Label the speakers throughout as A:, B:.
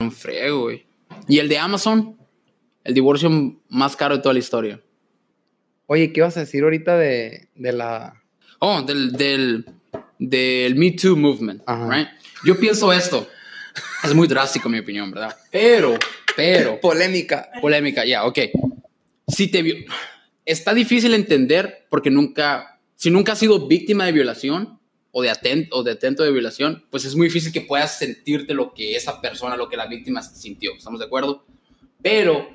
A: Un friego, güey. Y el de Amazon, el divorcio más caro de toda la historia.
B: Oye, ¿qué vas a decir ahorita de, de la.
A: Oh, del, del, del Me Too Movement,
B: Ajá.
A: right? Yo pienso esto. Es muy drástico mi opinión, ¿verdad? Pero, pero,
B: Polémica.
A: polémica, ya, ok. Si te vi- Está difícil entender porque nunca, si nunca has sido víctima de violación o de, atento, o de atento de violación, pues es muy difícil que puedas sentirte lo que esa persona, lo que la víctima sintió. ¿Estamos de acuerdo? Pero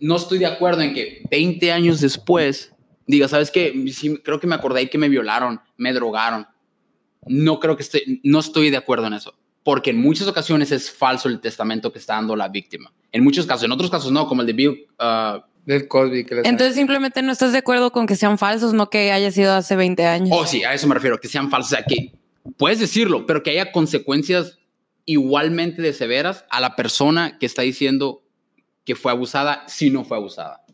A: no estoy de acuerdo en que 20 años después diga, ¿sabes qué? Sí, creo que me acordé que me violaron, me drogaron. No creo que esté, no estoy de acuerdo en eso, porque en muchas ocasiones es falso el testamento que está dando la víctima. En muchos casos, en otros casos no, como el de Bill. ah,
B: Del Cosby. Que le-
C: Entonces simplemente no estás de acuerdo con que sean falsos, no que haya sido hace 20 años.
A: oh, sí, a eso me refiero, que sean falsos. O sea, que puedes decirlo, pero que haya consecuencias igualmente de severas a la persona que está diciendo que fue abusada si no fue abusada.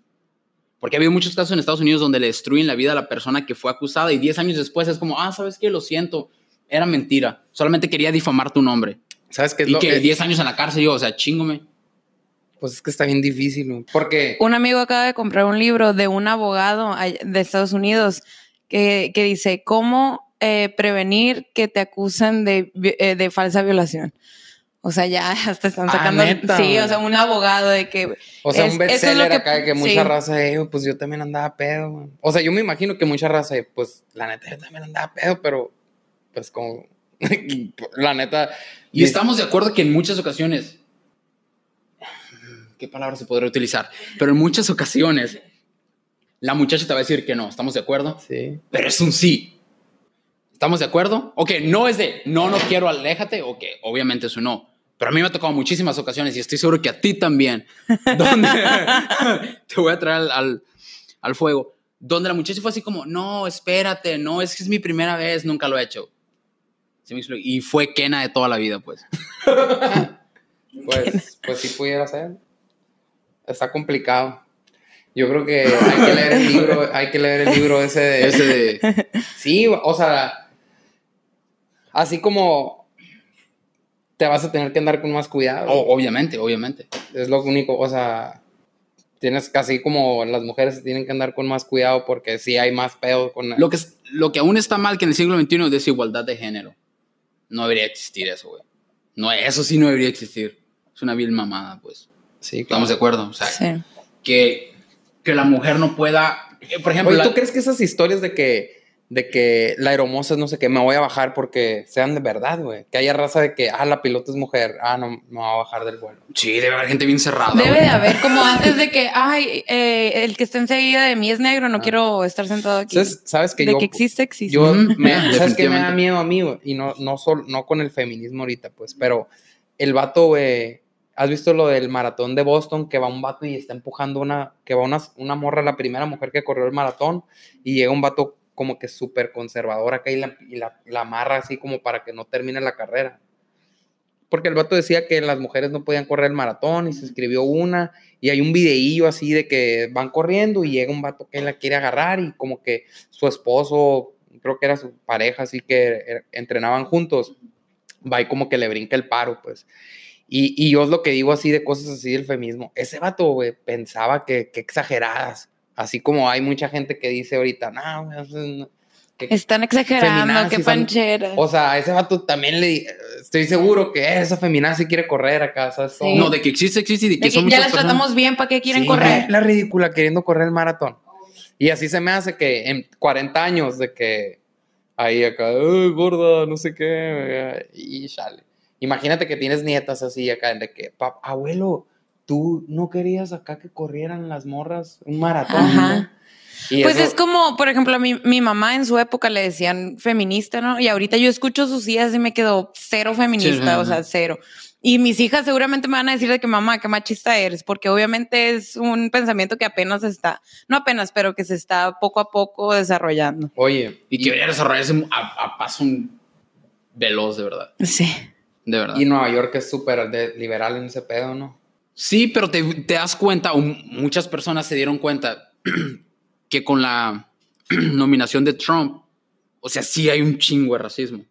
A: Porque ha habido muchos casos en Estados Unidos donde le destruyen la vida a la persona que fue acusada y 10 años después es como, ah, ¿sabes qué? Lo siento, era mentira. Solamente quería difamar tu nombre.
B: ¿Sabes qué es
A: Y
B: lo
A: que
B: que.?
A: 10 años en la cárcel, yo, o sea, chingome.
B: Pues es que está bien difícil, ¿no? Porque.
C: Un amigo acaba de comprar un libro de un abogado ay- de Estados Unidos que, que dice cómo eh, prevenir que te acusen de, vi- eh, de falsa violación. O sea, ya hasta están
B: Ah,
C: sacando.
B: ¿neta?
C: sí, o sea, un abogado de que.
B: O sea,
C: Es-
B: un
C: eso es
B: bestseller
C: lo que-
B: acá de que
C: sí.
B: mucha raza, eh, pues yo también andaba pedo, güey. O sea, yo me imagino que mucha raza, eh, pues la neta, yo también andaba pedo, pero pues como, la neta.
A: Y estamos de acuerdo que en muchas ocasiones, ¿qué palabra se podría utilizar? Pero en muchas ocasiones, la muchacha te va a decir que no, estamos de acuerdo,
B: Sí.
A: pero es un sí. ¿Estamos de acuerdo? Ok, no es de no, no quiero, aléjate, o que obviamente es un no. Pero a mí me ha tocado muchísimas ocasiones y estoy seguro que a ti también, donde te voy a traer al, al- al fuego, donde la muchacha fue así como, no, espérate, no, es que es mi primera vez, nunca lo he hecho. ¿Sí me explico? Y fue quena de toda la vida, pues.
B: Pues, pues sí pudiera ser. Está complicado. Yo creo que hay que leer el libro, hay que leer el libro ese de...
A: Ese de-
B: Sí, o sea, así como te vas a tener que andar con más cuidado.
A: o- obviamente, obviamente.
B: es lo único, o sea, tienes casi como las mujeres tienen que andar con más cuidado porque sí hay más pedo con
A: Lo que, es- lo que aún está mal que en el siglo XXI es desigualdad de género. No debería existir eso, güey. No, eso sí no debería existir. Es una vil mamada, pues.
B: Sí, claro.
A: Estamos de acuerdo. O sea,
C: Sí.
A: que, que la mujer no pueda... eh, Por ejemplo,
B: Oye,
A: la-
B: ¿tú crees que esas historias de que de que la hermosa es no sé qué, me voy a bajar porque sean de verdad, güey? Que haya raza de que, ah, la piloto es mujer, ah, no, me voy a bajar del vuelo.
A: sí, debe haber gente bien cerrada.
C: Debe
A: güey.
C: de haber, como antes de que, ay, eh, el que está enseguida de mí es negro, no
B: Ah.
C: quiero estar sentado aquí.
B: Entonces, ¿sabes que
C: de
B: yo
C: que existe, existe.
B: Yo,
A: Ujú.
B: me,
A: Ah,
B: ¿sabes qué me da
A: definitivamente.
B: miedo a mí, güey? Y no, no, sol- no con el feminismo ahorita, pues, pero el vato, güey, ¿has visto lo del maratón de Boston? Que va un vato y está empujando una, que va una, una morra, la primera mujer que corrió el maratón, y llega un vato como que súper conservador acá y, la, y la, la amarra así como para que no termine la carrera. Porque el vato decía que las mujeres no podían correr el maratón y se escribió una y hay un videillo así de que van corriendo y llega un vato que la quiere agarrar y como que su esposo, creo que era su pareja, así que eh, entrenaban juntos, va y como que le brinca el paro, pues. Y, y yo es lo que digo así de cosas así del feminismo. Ese vato, güey, pensaba que, que exageradas. Así como hay mucha gente que dice ahorita, no, güey, eso es- no". que-
C: Están exagerando,
B: Feminazis,
C: qué
B: son-
C: panchera.
B: o sea, a ese vato también le estoy seguro que eh, esa feminazi quiere correr acá, ¿sabes?
C: Sí.
A: No, de que existe, existe y de que,
C: De que
A: son
C: ya
A: muchas
C: las
A: personas.
C: tratamos bien, ¿para qué quieren
B: Sí,
C: correr?
B: La ridícula queriendo correr el maratón. Y así se me hace que en 40 años de que ahí acá, "Ay, gorda, no sé qué, y chale. Imagínate que tienes nietas así acá, de que, "Pap- abuelo, tú no querías acá que corrieran las morras un maratón.
C: Ajá.
B: no?" Y
C: Pues
B: eso-
C: es como, por ejemplo, a mi, mi mamá en su época le decían feminista, ¿no? Y ahorita yo escucho sus hijas y me quedo cero
A: Sí,
C: feminista,
A: sí,
C: o
A: sí.
C: sea, cero. Y mis hijas seguramente me van a decir de que mamá, qué machista eres, porque obviamente es un pensamiento que apenas está, no apenas, pero que se está poco a poco desarrollando.
B: Oye,
A: Y que debería desarrollarse a, a paso un- veloz, de verdad.
C: Sí.
A: De verdad.
B: y Nueva York es súper de- liberal en ese pedo, ¿no?
A: Sí, pero te, te das cuenta, o m- muchas personas se dieron cuenta que con la nominación de Trump, o sea, sí hay un chingo de racismo.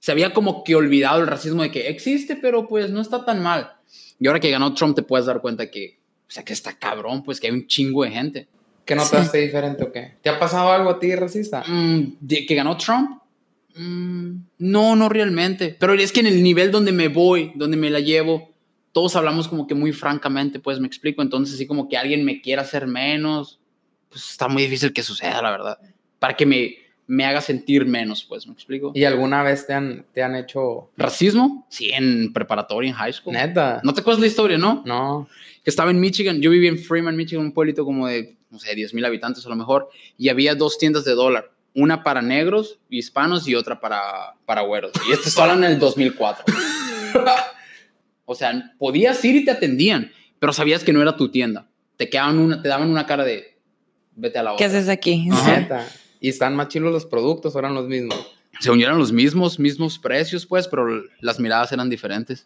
A: se había como que olvidado el racismo de que existe, pero pues no está tan mal. Y ahora que ganó Trump te puedes dar cuenta que, o sea, que está cabrón, pues que hay un chingo de gente.
B: ¿Qué notaste diferente o qué? ¿Te ha pasado algo a ti racista?
A: Mm, de que ganó Trump. Mm, no, no realmente. Pero es que en el nivel donde me voy, donde me la llevo, todos hablamos como que muy francamente, pues me explico. Entonces, así como que alguien me quiera hacer menos, pues está muy difícil que suceda, la verdad. Para que me, me haga sentir menos, pues me explico.
B: ¿Y alguna vez te han, te han hecho
A: ¿Racismo? Sí, en preparatoria, en high school.
B: neta?
A: No te acuerdas la historia, ¿no?
B: No.
A: que estaba en Michigan. Yo vivía en Freeman, Michigan, un pueblito como de, no sé, 10 mil habitantes a lo mejor. Y había dos tiendas de dólar. Una para negros, hispanos y otra para, para güeros. Y esto estaba en el 2004. o sea, podías ir y te atendían, pero sabías que no era tu tienda. Te, quedaban una, te daban una cara de, vete a la otra.
C: ¿Qué haces aquí?
A: Ajá.
B: Neta. Y están más chilos los productos, eran los mismos.
A: Se unieron los mismos, mismos precios, pues, pero las miradas eran diferentes.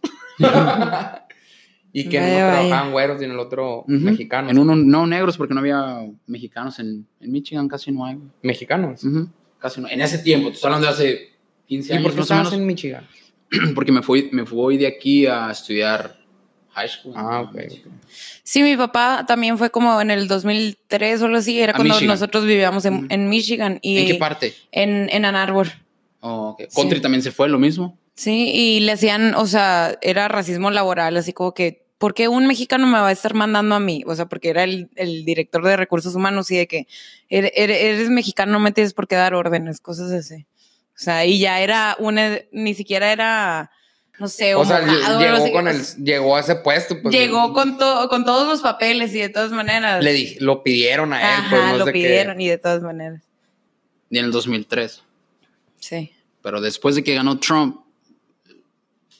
B: y que en
C: Vaya,
B: uno
C: vaya.
B: trabajaban güeros y en el otro
A: Ujú.
B: mexicanos.
A: En uno, no negros, porque no había mexicanos en, en Michigan, casi no hay. güey.
B: Mexicanos.
A: Ujú. Casi no. En ese tiempo, tú estás hablando de hace 15
B: ¿Y
A: años
B: por qué
A: más o
B: estabas
A: menos.
B: en Michigan?
A: Porque me fui, me fui de aquí a estudiar high school.
B: Ah, ok. ok.
C: Sí, mi papá también fue como en el 2003 o algo así, era
A: A
C: cuando
A: Michigan.
C: nosotros vivíamos en,
A: Ujú.
C: en Michigan y
A: ¿En qué
C: en,
A: parte?
C: en, Ann Arbor.
A: Oh, ok.
C: Sí.
A: Country también se fue, lo mismo.
C: Sí, y le hacían, o sea, era racismo laboral, así como que, ¿por qué un mexicano me va a estar mandando a mí? O sea, porque era el, el director de recursos humanos y de que "Ere- ere- eres, mexicano, no me tienes por qué dar órdenes, cosas así. O sea, y ya era una, ni siquiera era, no sé,
B: O sea, lle-
C: homologado, no
B: llegó,
C: sé
B: con
C: qué.
B: el, llegó a ese puesto. pues,
C: Llegó con, to- con todos los papeles y de todas maneras.
B: Le dije, lo pidieron a él,
C: Ajá,
B: pues no
C: lo
B: sé
C: pidieron y de todas maneras.
A: Y en el 2003.
C: Sí.
A: Pero después de que ganó Trump,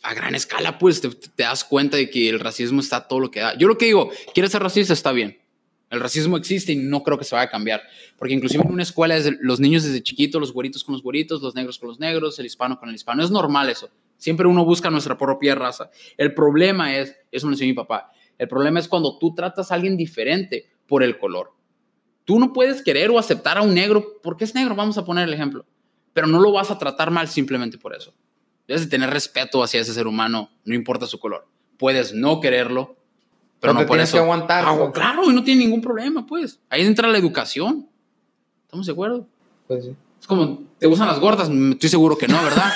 A: a gran escala, pues te, te das cuenta de que el racismo está a todo lo que da. Yo lo que digo, quieres ser racista, está bien. El racismo existe y no creo que se vaya a cambiar. Porque inclusive en una escuela, desde- los niños desde chiquitos, los güeritos con los güeritos, los negros con los negros, el hispano con el hispano. Es normal eso. Siempre uno busca nuestra propia raza. El problema es, eso me lo enseñó mi papá, el problema es cuando tú tratas a alguien diferente por el color. Tú no puedes querer o aceptar a un negro porque es negro, vamos a poner el ejemplo. Pero no lo vas a tratar mal simplemente por eso. Debes de tener respeto hacia ese ser humano, no importa su color. Puedes no quererlo, pero
B: Pero
A: no,
B: te
A: por
B: tienes
A: eso.
B: que aguantar,
A: Ah,
B: pues.
A: claro, y no tiene ningún problema, pues. Ahí entra la educación. ¿Estamos de acuerdo?
B: qué. Pues sí.
A: Es como, ¿te usan las gordas? Mm, Estoy seguro que no, ¿verdad?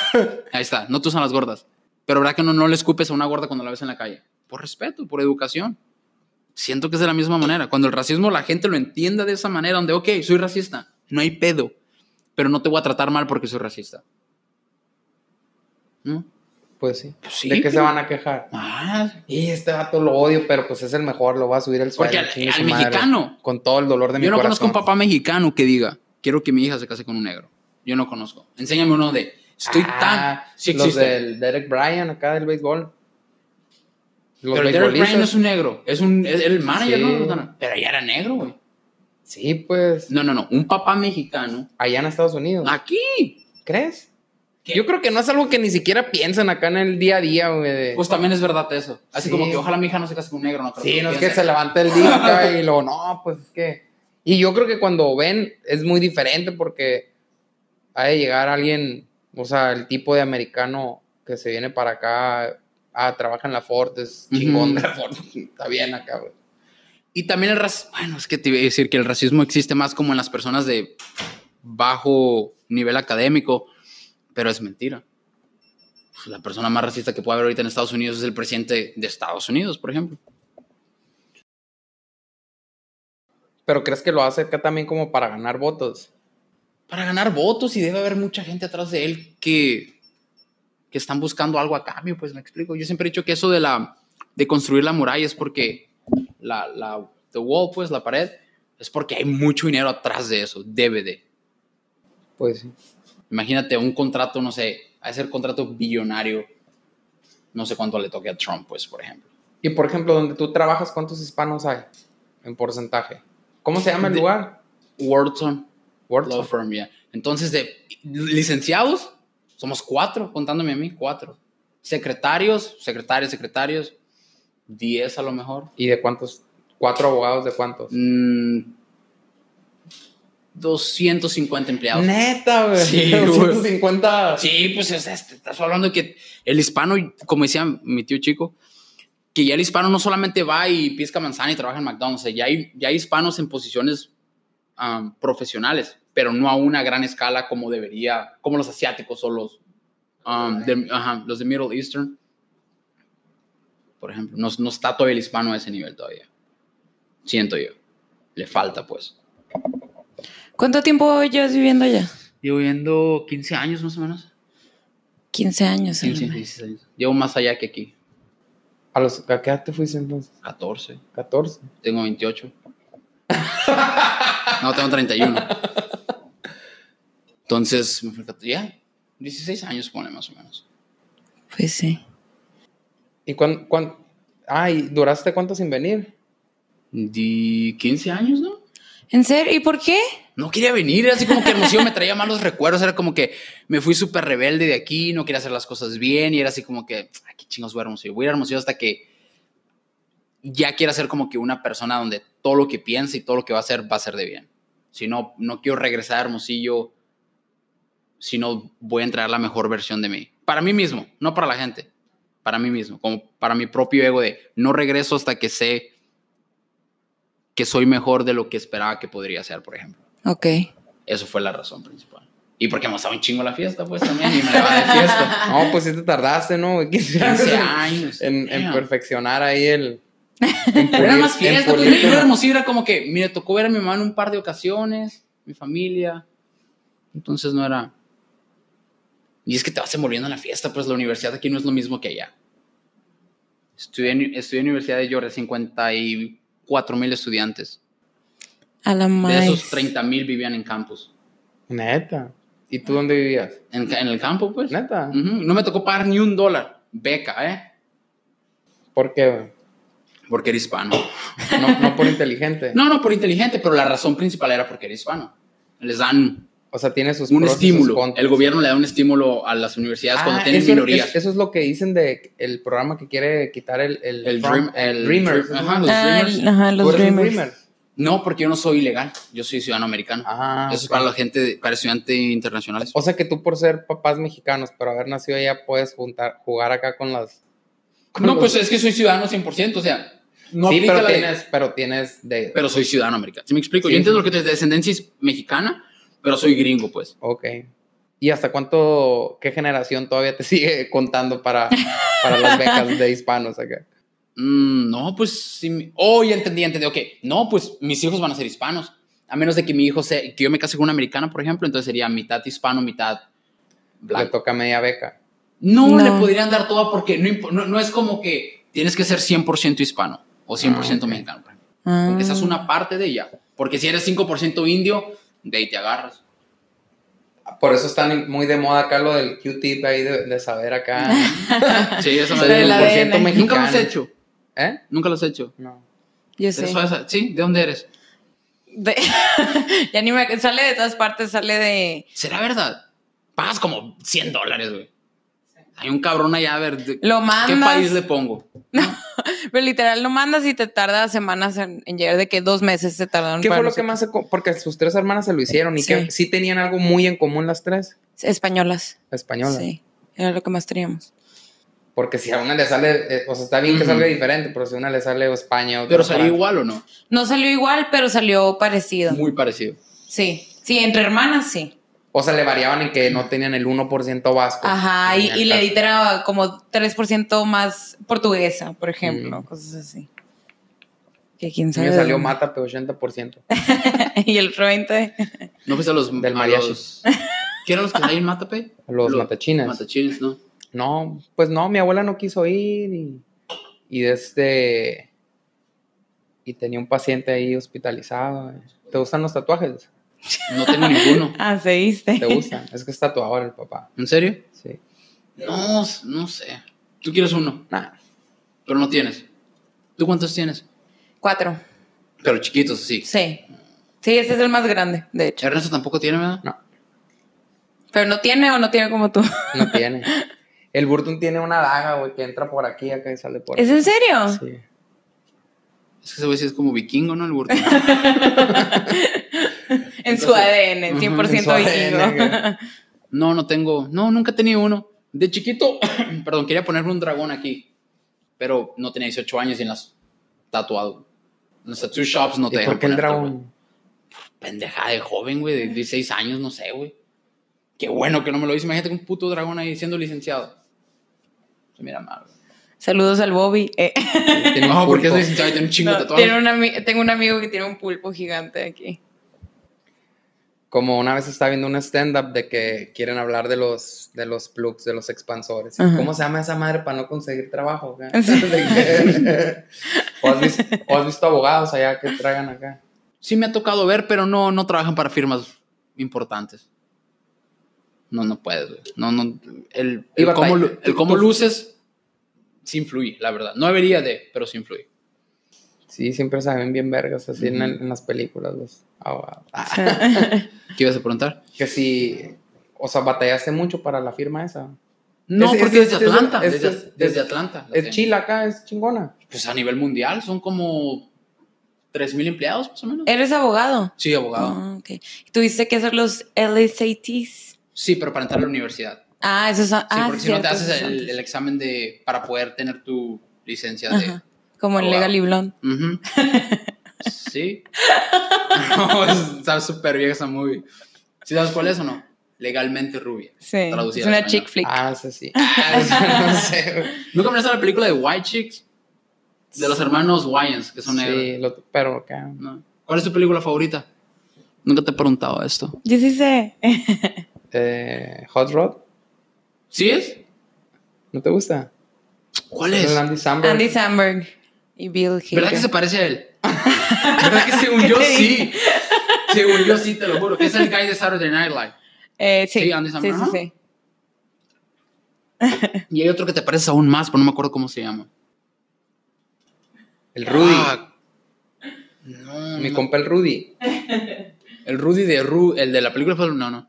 A: Ahí está, no te usan las gordas. Pero ¿verdad que no, no le escupes a una gorda cuando la ves en la calle? Por respeto, por educación. Siento que es de la misma manera. Cuando el racismo la gente lo entienda de esa manera, donde, ok, soy racista, no hay pedo, pero no te voy a tratar mal porque soy racista. ¿Mm?
B: Pues sí.
A: Pues sí,
B: ¿De qué se
A: pero-
B: van a quejar?
A: Ah,
B: Y este vato lo odio, pero pues es el mejor, lo va a subir el sueldo.
A: Porque al-
B: chingue
A: al
B: su madre.
A: mexicano.
B: Con todo el dolor de mi
A: yo no
B: corazón.
A: conozco un papá mexicano que diga, quiero que mi hija se case con un negro. Yo no conozco. Enséñame uno de, estoy
B: Ah,
A: tan... Sí
B: los
A: existe.
B: del Derek Bryan acá del béisbol. Los
A: pero Derek Bryan
B: beisbolistas.
A: es un negro. Es un es el manager,
B: Sí.
A: ¿no? Pero ya era negro, güey.
B: Sí, pues.
A: No, no, no. Un papá mexicano.
B: Allá en Estados Unidos.
A: Ah. Aquí.
B: ¿Crees? Yo creo que no es algo que ni siquiera piensan acá en el día a día, güey. de-
A: Pues también es verdad eso. Así
B: Sí.
A: como que ojalá mi hija no se case con un negro, no creo
B: sí,
A: lo
B: no es que
A: piense.
B: se levanta el día acá y luego, no, pues es que. Y yo creo que cuando ven es muy diferente porque ha de llegar alguien, o sea, el tipo de americano que se viene para acá, ah, trabaja en la Ford, es chingón de la Ford, está bien acá, güey.
A: Y también el racismo. Bueno, es que te iba a decir que el racismo existe más como en las personas de bajo nivel académico, pero es mentira. Pues La persona más racista que puede haber ahorita en Estados Unidos es el presidente de Estados Unidos, por ejemplo.
B: Pero crees que lo hace acá también como para ganar votos.
A: para ganar votos y debe haber mucha gente atrás de él que, que están buscando algo a cambio, pues me explico. Yo siempre he dicho que eso de la de construir la muralla es porque la, la the wall, pues la pared, es porque hay mucho dinero atrás de eso, debe de.
B: Pues sí.
A: Imagínate un contrato, no sé, hacer contrato billonario, no sé cuánto le toque a Trump, pues, por ejemplo.
B: Y por ejemplo, donde tú trabajas, ¿cuántos hispanos hay en porcentaje? ¿Cómo se llama el
A: De-
B: lugar?
A: Wharton Law
B: Wharton.
A: Firm, ya. Entonces, de licenciados, somos cuatro, contándome a mí, cuatro. Secretarios, secretarios, secretarios, diez a lo mejor.
B: ¿Y de cuántos? ¿Cuatro abogados de cuántos?
A: Mm, 250 empleados.
B: Neta, güey.
A: Sí, güey.
B: 250.
A: Sí, pues o sea, est- estás hablando que el hispano, como decía mi tío chico, que ya el hispano no solamente va y pisca manzana y trabaja en McDonald's, o sea, ya hay, ya hay hispanos en posiciones am, profesionales, pero no a una gran escala como debería, como los asiáticos o los, am, de- ajá, los de Middle Eastern. Por ejemplo, no, no está todavía el hispano a ese nivel todavía. Siento yo. Le falta, pues.
C: ¿Cuánto tiempo llevas viviendo allá?
A: Llevo viendo 15 años más o menos.
C: 15 años.
A: 15,
C: Alan.
A: 16 años. Llevo más allá que aquí.
B: ¿A, los, ¿A qué edad te fuiste entonces?
A: 14.
B: 14.
A: Tengo 28. no, tengo 31. Entonces, me fui al cat- ya, 16 años pone más o menos.
C: Pues sí.
B: ¿Y cuán, cuán- ah, ¿y duraste cuánto sin venir?
A: Di 15 años, ¿no?
C: ¿En serio? ¿Y por qué?
A: No quería venir, era así como que Hermosillo me traía malos recuerdos, era como que me fui súper rebelde de aquí, no quería hacer las cosas bien y era así como que, ay, qué chingos voy a Hermosillo, voy a Hermosillo hasta que ya quiera ser como que una persona donde todo lo que piensa y todo lo que va a hacer va a ser de bien. Si no, no quiero regresar a Hermosillo, si no voy a entrar la mejor versión de mí, para mí mismo, no para la gente, para mí mismo, como para mi propio ego de no regreso hasta que sé que soy mejor de lo que esperaba que podría ser, por ejemplo.
C: Ok.
A: Eso fue la razón principal. Y porque me gustaba un chingo la fiesta, pues también, y me daba de fiesta.
B: No, pues sí te tardaste, ¿no? güey? 15 años
A: 15
B: en-
A: años.
B: En, en
A: Damn.
B: perfeccionar ahí el. en
A: Pero era
B: pulir-
A: más fiesta,
B: en
A: pues, yo
B: pulir-
A: era hermosillo, era como que, mire, tocó ver a mi mamá en un par de ocasiones, mi familia. Entonces no era. Y es que te vas envolviendo en la fiesta, pues la universidad aquí no es lo mismo que allá. Estudié en, estudié en la Universidad de Georgia, 54 mil estudiantes.
C: A la
A: De
C: madre.
A: esos 30 mil vivían en campus.
B: Neta. ¿Y tú dónde vivías?
A: En, ca- en el campo, pues.
B: Neta.
A: Ujú, No me tocó pagar ni un dólar. Beca, ¿eh?
B: ¿Por qué, güey?
A: Porque era hispano.
B: No, no por inteligente.
A: No, no por inteligente, pero la razón principal era porque era hispano. Les dan
B: O sea, tiene sus.
A: un
B: pros y sus
A: estímulo.
B: contras.
A: El gobierno le da un estímulo a las universidades cuando
B: Ah,
A: tienen
B: eso,
A: minorías.
B: es- eso es lo que dicen de el programa que quiere quitar el. El,
A: El
B: Trump-
A: dream- el
B: Dreamers.
A: dream- ajá, los
C: Ah,
A: dreamers.
C: el- ajá,
B: Tú
C: los
B: eres un
C: dreamers.
B: dreamer.
A: No, porque yo no soy ilegal. Yo soy ciudadano americano.
B: Ah,
A: Eso es
B: ok.
A: para la gente, para estudiantes internacionales.
B: O sea que tú por ser papás mexicanos, pero haber nacido allá, puedes juntar, jugar acá con las... con
A: No,
B: los-
A: pues es que soy ciudadano 100%. O sea, no
B: sí,
A: aplica
B: pero
A: la de-
B: tienes, pero tienes de...
A: pero soy ciudadano americano. ¿Sí me explico?
B: Sí,
A: yo entiendo
B: sí.
A: lo que es de descendencia es mexicana, pero soy gringo, pues.
B: Ok. ¿Y hasta cuánto, qué generación todavía te sigue contando para, para las becas de hispanos acá?
A: Mm, no, pues sí. mi- Oh, ya entendí, ya entendí. Ok, no, pues mis hijos van a ser hispanos. A menos de que mi hijo sea, que yo me case con una americana, por ejemplo, entonces sería mitad hispano, mitad
B: Le
A: blanco.
B: toca media beca.
A: No,
C: No.
A: le podrían dar toda porque no, impo- no, no es como que tienes que ser 100% hispano o 100%
B: Ah, ok.
A: mexicano. por ejemplo.
C: Ah.
A: Esa es una parte de ella. Porque si eres 5% indio, de ahí te agarras.
B: Por eso están muy de moda acá lo del Q-tip ahí de, de saber acá.
A: Sí, eso me
C: Pero
A: digo.
C: la
A: Por
C: de-
A: cierto,
B: ciento
C: ADN.
A: Nunca lo has hecho.
B: ¿Eh?
A: Nunca lo has hecho.
B: No.
C: Yo sé.
A: Eso es- sí, ¿de dónde eres?
C: De- ya ni me sale de todas partes, sale de
A: ¿Será verdad? Pagas como 100 dólares, güey. Hay un cabrón allá, a ver, de-
C: lo
A: ¿qué
C: mandas,
A: país le pongo?
C: pero literal lo mandas y te tarda semanas en, en llegar, de que dos meses te tardaron.
B: ¿Qué
C: para
B: fue lo que
C: nosotros.
B: más... se co- Porque sus tres hermanas se lo hicieron y
C: Sí.
B: que sí tenían algo muy en común las tres.
C: Españolas.
B: Españolas.
C: Sí, era lo que más teníamos.
B: Porque si a una le sale, eh, o sea, está bien que
A: Ujú.
B: salga diferente, pero si a una le sale España, otra
A: Pero salió
B: Francia.
A: igual o no?
C: No salió igual, pero salió parecido.
A: Muy parecido.
C: Sí, sí, entre hermanas sí.
B: O sea, le variaban en que no tenían el 1% vasco.
C: Ajá, y,
B: Tenían
C: y la
B: tal-
C: edita era como 3% más portuguesa, por ejemplo,
B: Mm.
C: cosas así. Que quién
B: Sí
C: sabe.
B: me
C: de
B: salió
C: dónde.
B: mátate 80%.
C: y el otro 20.
A: ¿No fuiste a los...
B: Del
A: a
B: mariachi.
A: los- ¿Qué eran los que hay en Matape?
B: Los matachines.
A: Matachines, ¿no?
B: No, pues no, mi abuela no quiso ir y, y desde... Y tenía un paciente ahí hospitalizado. ¿Te gustan los tatuajes?
A: No tengo ninguno.
C: Ah, se viste.
B: ¿Te gustan? es que es tatuador el papá.
A: ¿En serio?
B: Sí.
A: No, s- no sé. Tú quieres uno,
B: Nah,
A: pero no tienes. ¿Tú cuántos tienes?
C: Cuatro.
A: Pero chiquitos, sí.
C: Sí. Sí, ese es el más grande, de hecho.
A: Ernesto tampoco tiene, ¿verdad?
B: no,
C: Pero no tiene o no tiene como tú.
B: no tiene. El Burton tiene una daga, güey, que entra por aquí, acá y sale por
C: ¿Es en serio?
B: Sí.
A: Es que ese güey sí es como vikingo, ¿no? El burro.
C: en su ADN, 100%
A: Ujú, en
B: su ADN,
C: vikingo.
A: No, no tengo. No, nunca he tenido uno. De chiquito, perdón, quería ponerme un dragón aquí. Pero no tenía 18 años y en las tatuado. En las tattoo shops no te
B: ¿Y
A: dejan
B: por qué el
A: poner tatuaje.
B: dragón?
A: Pendejada de joven, güey, de 16 años, no sé, güey. Qué bueno que no me lo hice. Imagínate un puto dragón ahí siendo licenciado. Se mira mal. güey.
C: Saludos al Bobby. eh.
B: Tiene un
A: No, porque es
B: pulpo.
A: licenciado y tiene un chingo de
C: No,
A: tatuajes.
C: tiene un ami- tengo un amigo que tiene un pulpo gigante aquí.
B: Como una vez estaba viendo un stand-up de que quieren hablar de los, de los plugs, de los expansores.
C: Ajá.
B: ¿Cómo se llama esa madre para no conseguir trabajo? acá?
C: Sí.
B: De que- ¿O, has visto, o has visto abogados allá que traigan acá?
A: Sí me ha tocado ver, pero no, no trabajan para firmas importantes. No, no puedes, güey. No, no. El,
B: Y
A: el
B: batalla.
A: cómo, lu- el
B: Tú-
A: cómo
B: tú-
A: luces sí influye, la verdad. No debería de, pero sí influye.
B: Sí, siempre se ven bien vergas así en,
A: Ujú.
B: en las películas los abogados. Ah,
A: ¿Qué ibas a preguntar?
B: que si, o sea, batallaste mucho para la firma esa.
A: No,
B: Es-
A: porque
B: es-
A: desde
B: es-
A: Atlanta.
B: es-
A: desde,
B: es-
A: desde
B: es-
A: Atlanta. la
B: Es
A: tengo.
B: chila acá, es chingona.
A: Pues a nivel mundial son como 3.000 empleados, más o menos.
C: ¿Eres abogado?
A: Sí, abogado.
C: Ah, ok. ¿Tuviste que hacer los LSATs?
A: Sí, pero para entrar a la universidad. Sí,
C: Ah, esos son. ah,
A: porque si no te
C: cierto,
A: haces
C: esos
A: el,
C: son-
A: el examen de para poder tener tu licencia de.
C: Ajá, Como el
A: abogado.
C: Legal y Blonde.
A: Ujú. Sí. No, es- está súper vieja esa movie. ¿Sí sabes cuál es o no? Legalmente rubia.
C: Sí.
A: Traducida
C: es
A: al
C: una
A: español.
C: chick flick.
B: Ah, sí, sí. Ah, no sé, güey.
A: ¿Nunca me la película de White Chicks? De los hermanos Wayans, que son negros.
B: Sí, lo- pero acá.
A: No. ¿Cuál es tu película favorita? Nunca te he preguntado esto.
C: Yo sí sé.
B: Eh, Hot Rod,
A: ¿Sí es?
B: ¿no te gusta?
A: ¿Cuál
B: Es
A: es?
B: el Andy Samberg.
C: Andy Samberg y Bill Hill.
A: ¿Verdad que se parece a él? ¿Verdad que según
C: ¿Qué
A: yo
C: te
A: sí? Según yo sí, te lo juro. Que es el guy de Saturday Night Live.
C: Eh, sí,
A: Sí, Andy Samberg,
C: Sí, sí,
A: ajá.
C: sí.
A: Y hay otro que te parece aún más, pero no me acuerdo cómo se llama.
B: El Rudy.
A: Ah. No,
B: mi
A: no
B: compa el Rudy.
A: El Rudy de Ru, el de la película favorita. No, no.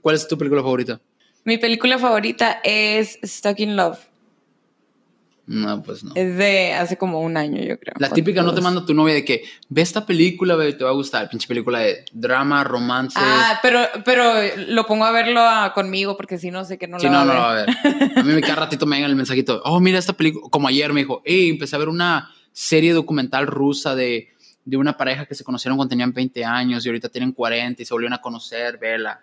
A: ¿Cuál es tu película favorita?
C: Mi película favorita es Stuck in Love.
A: No, pues no.
C: Es de hace como un año, yo creo.
A: La típica no te
C: Todos.
A: manda tu novia de que ve esta película, bebé, te va a gustar. Pinche película de drama, romance.
C: Ah, pero, pero lo pongo a verlo a- conmigo porque si no sé que no
A: Sí,
C: la
A: no,
C: va
A: no,
C: a ver.
A: a ver. A mí me cada ratito me llega el mensajito. Oh, mira esta película. Como ayer me dijo, hey, empecé a ver una serie documental rusa de, de una pareja que se conocieron cuando tenían 20 años y ahorita tienen 40 y se volvieron a conocer, vela.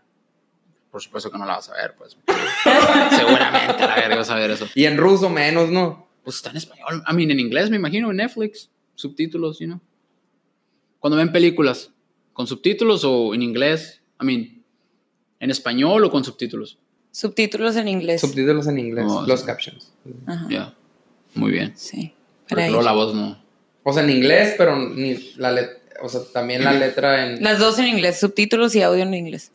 A: Por supuesto que no la vas a ver, pues. Seguramente a la verga vas a ver eso.
B: Y en ruso menos, ¿no?
A: Pues está en español. I mean, en inglés, me imagino, en Netflix. Subtítulos, you know. Cuando ven películas, ¿con subtítulos o en inglés? I mean, ¿en español o con subtítulos?
C: Subtítulos en inglés.
B: Subtítulos en inglés,
A: No,
B: los
A: sí.
B: captions.
C: Ajá,
A: Ya. Muy bien.
C: Sí. Para
A: Pero
C: ir.
A: la voz no.
B: O sea, en inglés, pero ni la let- o sea, también la letra en...
C: Las dos en inglés, subtítulos y audio en inglés.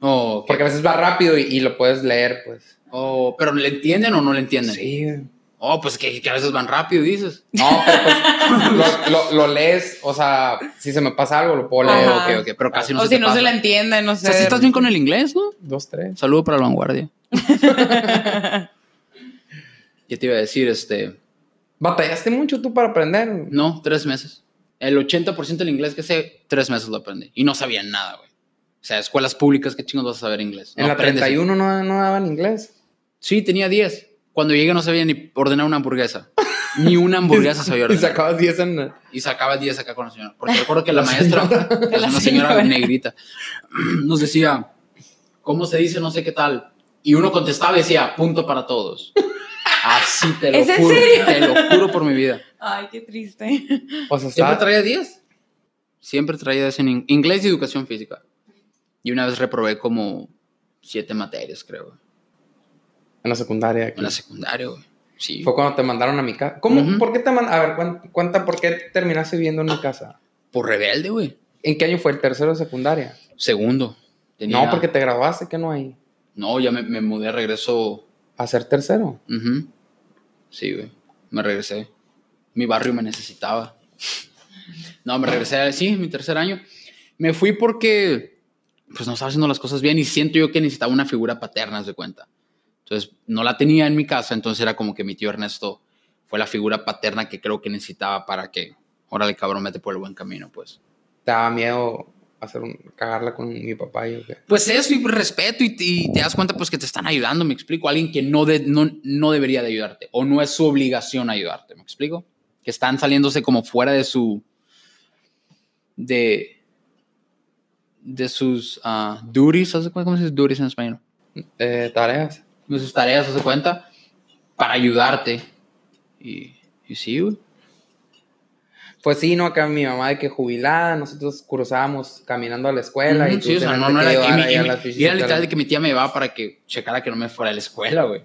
A: Oh, ok.
B: Porque a veces va rápido y, y lo puedes leer, pues.
A: Oh, pero ¿le entienden o no le entienden?
B: Sí. güey.
A: Oh, pues que, que a veces van rápido, dices.
B: No, pero pues lo, lo- lo lees, o sea, si se me pasa algo, lo puedo leer.
C: Ajá.
A: Ok, ok, pero casi no
C: o
A: se
C: si
A: te
C: no
A: pasa.
C: se la entiende, no
A: O
C: sé.
A: sea, si estás bien con el inglés, ¿no?
B: Dos, tres.
A: Saludo para la vanguardia. Yo te iba a decir, este...
B: ¿Batallaste mucho tú para aprender?
A: No, tres meses. El 80% del inglés que sé, tres meses lo aprendí. Y no sabía nada, güey. O sea, escuelas públicas, ¿qué chingos vas a saber inglés?
B: En
A: No
B: la
A: aprendes.
B: 31 no, no daban inglés.
A: Sí, tenía 10. Cuando llegué no sabía ni ordenar una hamburguesa. Ni una hamburguesa sabía
B: Y
A: ordenar.
B: sacabas 10 en...
A: Y sacaba 10 acá con la señora. Porque recuerdo que la maestra, que es
C: La
A: una señora
C: señora.
A: negrita, nos decía, ¿cómo se dice no sé qué tal? Y uno contestaba y decía, punto para todos. Así te lo
C: ¿Es en
A: juro.
C: serio?
A: Te lo juro por mi vida.
C: Ay, qué triste.
B: O sea,
A: Siempre
B: estaba...
A: traía 10. Siempre traía 10 en in- inglés y educación física. Y una vez reprobé como 7 materias, creo,
B: En la secundaria. aquí.
A: en la secundaria, güey. Sí.
B: Fue cuando te mandaron a mi casa. ¿Cómo?
A: Ujú.
B: ¿Por qué te mandaron? A ver, cuen- cuenta por qué terminaste viviendo en mi casa.
A: Por rebelde, güey.
B: ¿En qué año fue el tercero de secundaria?
A: Segundo. Tenía-
B: No, porque te graduaste, que no hay.
A: No, ya me, me mudé, regreso.
B: A ser tercero.
A: Ujú. Sí, güey. Me regresé. Mi barrio me necesitaba. No, me regresé, sí, mi tercer año. Me fui porque, pues, no estaba haciendo las cosas bien y siento yo que necesitaba una figura paterna, haz de cuenta. Entonces, no la tenía en mi casa, entonces era como que mi tío Ernesto fue la figura paterna que creo que necesitaba para que, órale, cabrón, mete por el buen camino, pues.
B: Te daba miedo hacer un, cagarla con mi papá y o qué.
A: Pues eso, y respeto, y, y te das cuenta pues que te están ayudando, me explico. Alguien que no, de- no, no debería de ayudarte, o no es su obligación ayudarte, me explico. Que están saliéndose como fuera de su... de... de sus ah, duties, ¿haz de cuenta? ¿cómo se dice duties en español?
B: Eh, tareas.
A: de sus tareas, ¿se cuenta? Para ayudarte. Y, y sí, güey.
B: Pues sí, no, acá mi mamá de que jubilada, nosotros cruzábamos caminando a la escuela. y
A: Ujú,
B: tú
A: sí, o sea,
B: tenías
A: no, no
B: que
A: era que
B: llevar
A: mi-
B: ahí
A: y
B: a
A: mi-
B: la
A: y era literal
B: fichita,
A: de que mi tía me llevaba para que checara que no me fuera de la escuela, güey.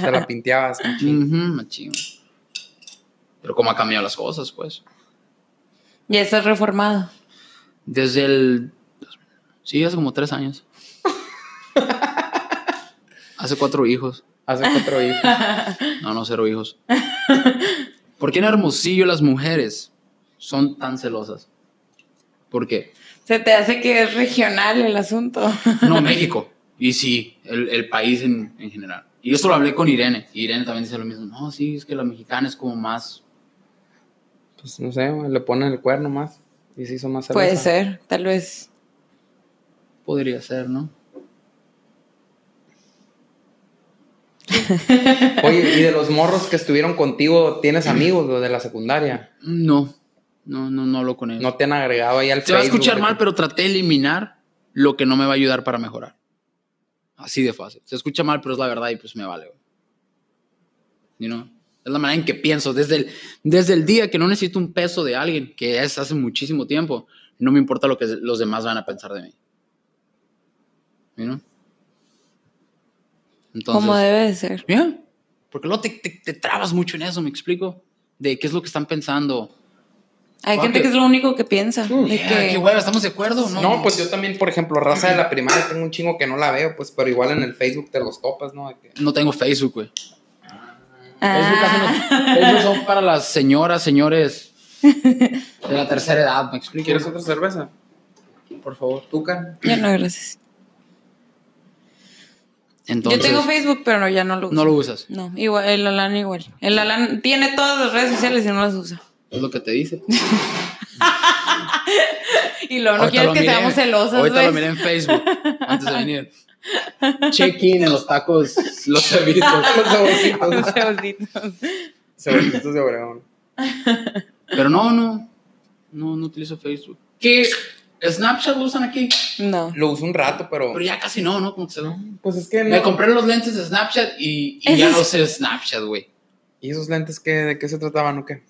B: Se la pinteabas. machín.
A: Ujú, machín, güey. Pero cómo ha cambiado las cosas, pues.
C: Ya estás reformado.
A: Desde el... Sí, hace como tres años. hace cuatro hijos.
B: Hace cuatro hijos.
A: No, no, cero hijos. ¿Por qué en Hermosillo las mujeres son tan celosas? ¿Por qué?
C: Se te hace que es regional el asunto.
A: No, México. Y sí, el, el país en, en general. Y eso lo hablé con Irene. y Irene también dice lo mismo. No, sí, es que la mexicana es como más.
B: Pues no sé, le ponen el cuerno más. Y se hizo más celosa.
C: Puede ser, tal vez.
A: Podría ser, ¿no?
B: Oye, y de los morros que estuvieron contigo, ¿tienes amigos los de la secundaria?
A: No, no, no, no hablo con ella.
B: ¿No te han agregado ahí al
A: Se va a
B: Facebook
A: escuchar
B: de
A: mal,
B: que-
A: pero traté de eliminar lo que no me va a ayudar para mejorar. Así de fácil. Se escucha mal, pero es la verdad y pues me vale. güey. You know? Es la manera en que pienso. Desde el, desde el día que no necesito un peso de alguien, que es hace muchísimo tiempo, no me importa lo que los demás van a pensar de mí. You know? Entonces,
C: Como debe de ser.
A: Yeah. Porque luego te, te- te trabas mucho en eso, ¿me explico? De qué es lo que están pensando.
C: Hay
A: Fuck
C: gente
A: it. Mm.
C: que es lo único que piensa. de
A: Yeah,
C: que-
A: qué hueva, ¿estamos de acuerdo?
B: No, pues yo también, por ejemplo, raza de la primaria, tengo un chingo que no la veo, pues, pero igual en el Facebook te los topas, ¿no? De que-
A: No tengo Facebook, güey. Facebook, casi no-
C: Ah,
A: Facebook son para las señoras, señores de la tercera edad, ¿me explico?
B: ¿Quieres otra cerveza? Por favor, Tuca.
C: ya no, gracias.
A: Entonces,
C: Yo tengo Facebook, pero no, ya no lo uso.
A: no lo usas.
C: No, igual, el Alan igual. El Alan tiene todas las redes sociales y no las usa.
A: Es lo que te dice.
C: Y luego no
A: Ahorita
C: quieres
A: lo
C: que
A: miré-
C: seamos celosos,
A: Ahorita lo miré
C: ¿ves?
A: en Facebook antes de venir. Check-in en los tacos, los cebitos.
B: Los
C: Los
B: sobrecitos.
C: cebollitos.
B: Sobrecitos de Obregón.
A: Pero no, no. No, no utilizo Facebook. ¿Qué? ¿Snapchat lo usan aquí?
C: No.
B: Lo uso un rato, pero...
A: Pero ya casi no, ¿no? Como que se va.
B: Pues es que
A: Me
B: no.
A: compré los lentes de Snapchat y, y
C: Eso
A: ya
C: es-
A: no sé Snapchat, güey.
B: ¿Y esos lentes qué, de qué se trataban o qué?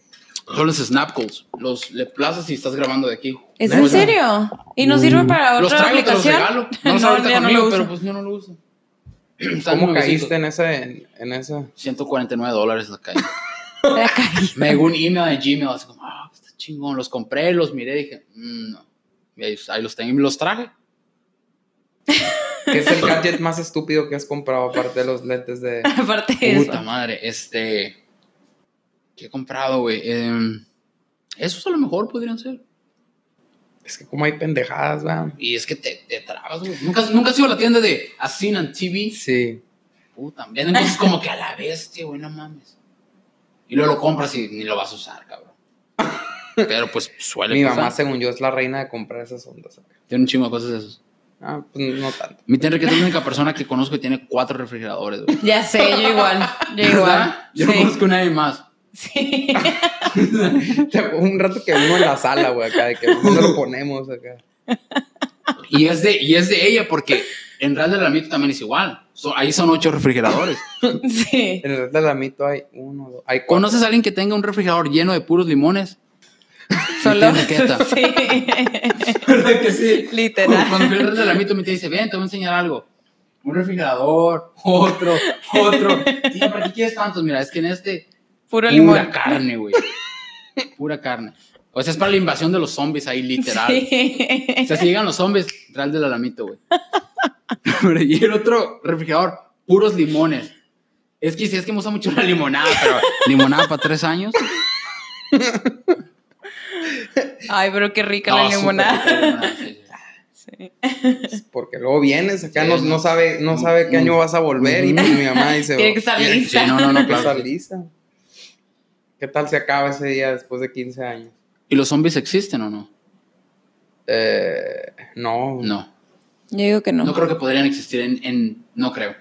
A: Son los Snapcalls. Los le plazas y estás grabando de aquí.
C: ¿Es
A: Los-
C: en serio? ¿Y no sirve para
A: Mm. Los
C: otra
A: traigo, te los
C: aplicación?
A: regalo. No los
C: No,
A: ahorita
C: ya no
A: conmigo,
C: lo uso.
A: pero pues yo no lo uso. Están
B: ¿Cómo
A: muy
B: caíste
A: besitos.
B: en ese, en, en ese?
A: 149 dólares la calle.
C: La cagué.
A: Me llegó un email de Gmail, así como, ah, está chingón. Los compré, los miré, dije, mm, no. Y ahí, ahí los tengo y me los traje.
B: ¿Qué es el gadget más estúpido que has comprado aparte de los lentes de...
C: Aparte de eso.
A: Puta madre, este. ¿Qué he comprado, güey? Em, esos a lo mejor podrían ser.
B: Es que como hay pendejadas, va.
A: Y es que te, te trabas, güey. Nunca, nunca has ido a la tienda de Asinan TV.
B: Sí.
A: Puta, venden cosas como que a la bestia, güey, no mames. Y luego lo compras y ni lo vas a usar, cabrón. Pero pues suele
B: Mi
A: pasar.
B: mamá, según yo, es la reina de comprar esas ondas.
A: Tiene un chingo de cosas de esas.
B: Ah, pues no tanto.
A: Mi tía Enrique es la única persona que conozco que tiene cuatro refrigeradores, güey.
C: Ya sé, yo igual. Yo igual.
A: ¿Verdad? Yo no
C: Sí.
A: conozco a nadie más.
C: Sí.
B: Un rato que uno en la sala, güey, acá, de que no lo ponemos acá.
A: Y es de, y es de ella porque en Real del Ramito también es igual. So- ahí son ocho refrigeradores.
C: Sí.
B: En el relamito hay uno, dos, hay cuatro.
A: ¿Conoces a alguien que tenga un refrigerador lleno de puros limones?
C: Solo.
A: Tiene raqueta.
C: Sí.
A: ¿Verdad que sí?
C: Literal.
A: Cuando fui al Real del Ramito, mi tía dice, ven, te voy a enseñar algo. Un refrigerador, otro, otro. Tía, ¿para qué quieres tantos? Mira, es que en este,
C: Puro
A: pura
C: limón.
A: carne, güey. Pura carne. O sea, es para la invasión de los zombies ahí, literal. O
C: Sí.
A: sea, si llegan los zombies, Real del Alamito, güey. Pero, y el otro refrigerador, puros limones. Es que si es que me gusta mucho la limonada, pero limonada para tres años.
C: Ay, pero qué rica
A: No,
C: la
A: súper
C: limonada.
A: rica la limonada, sí, sí.
C: Sí.
B: Porque luego vienes acá,
A: Sí,
B: no,
A: no.
B: no sabe, no sabe qué año vas a volver. Y mi mamá dice, "Oh,
C: Tiene que estar
B: "Tiene
A: Sí,
C: lista.
A: no, no, no,
B: que estar
A: claro.
B: lista. ¿Qué tal se acaba ese día después de 15 años?
A: ¿Y los zombies existen o no?
B: Eh, no,
A: No.
C: Yo digo que no.
A: No creo que podrían existir en, en- No creo.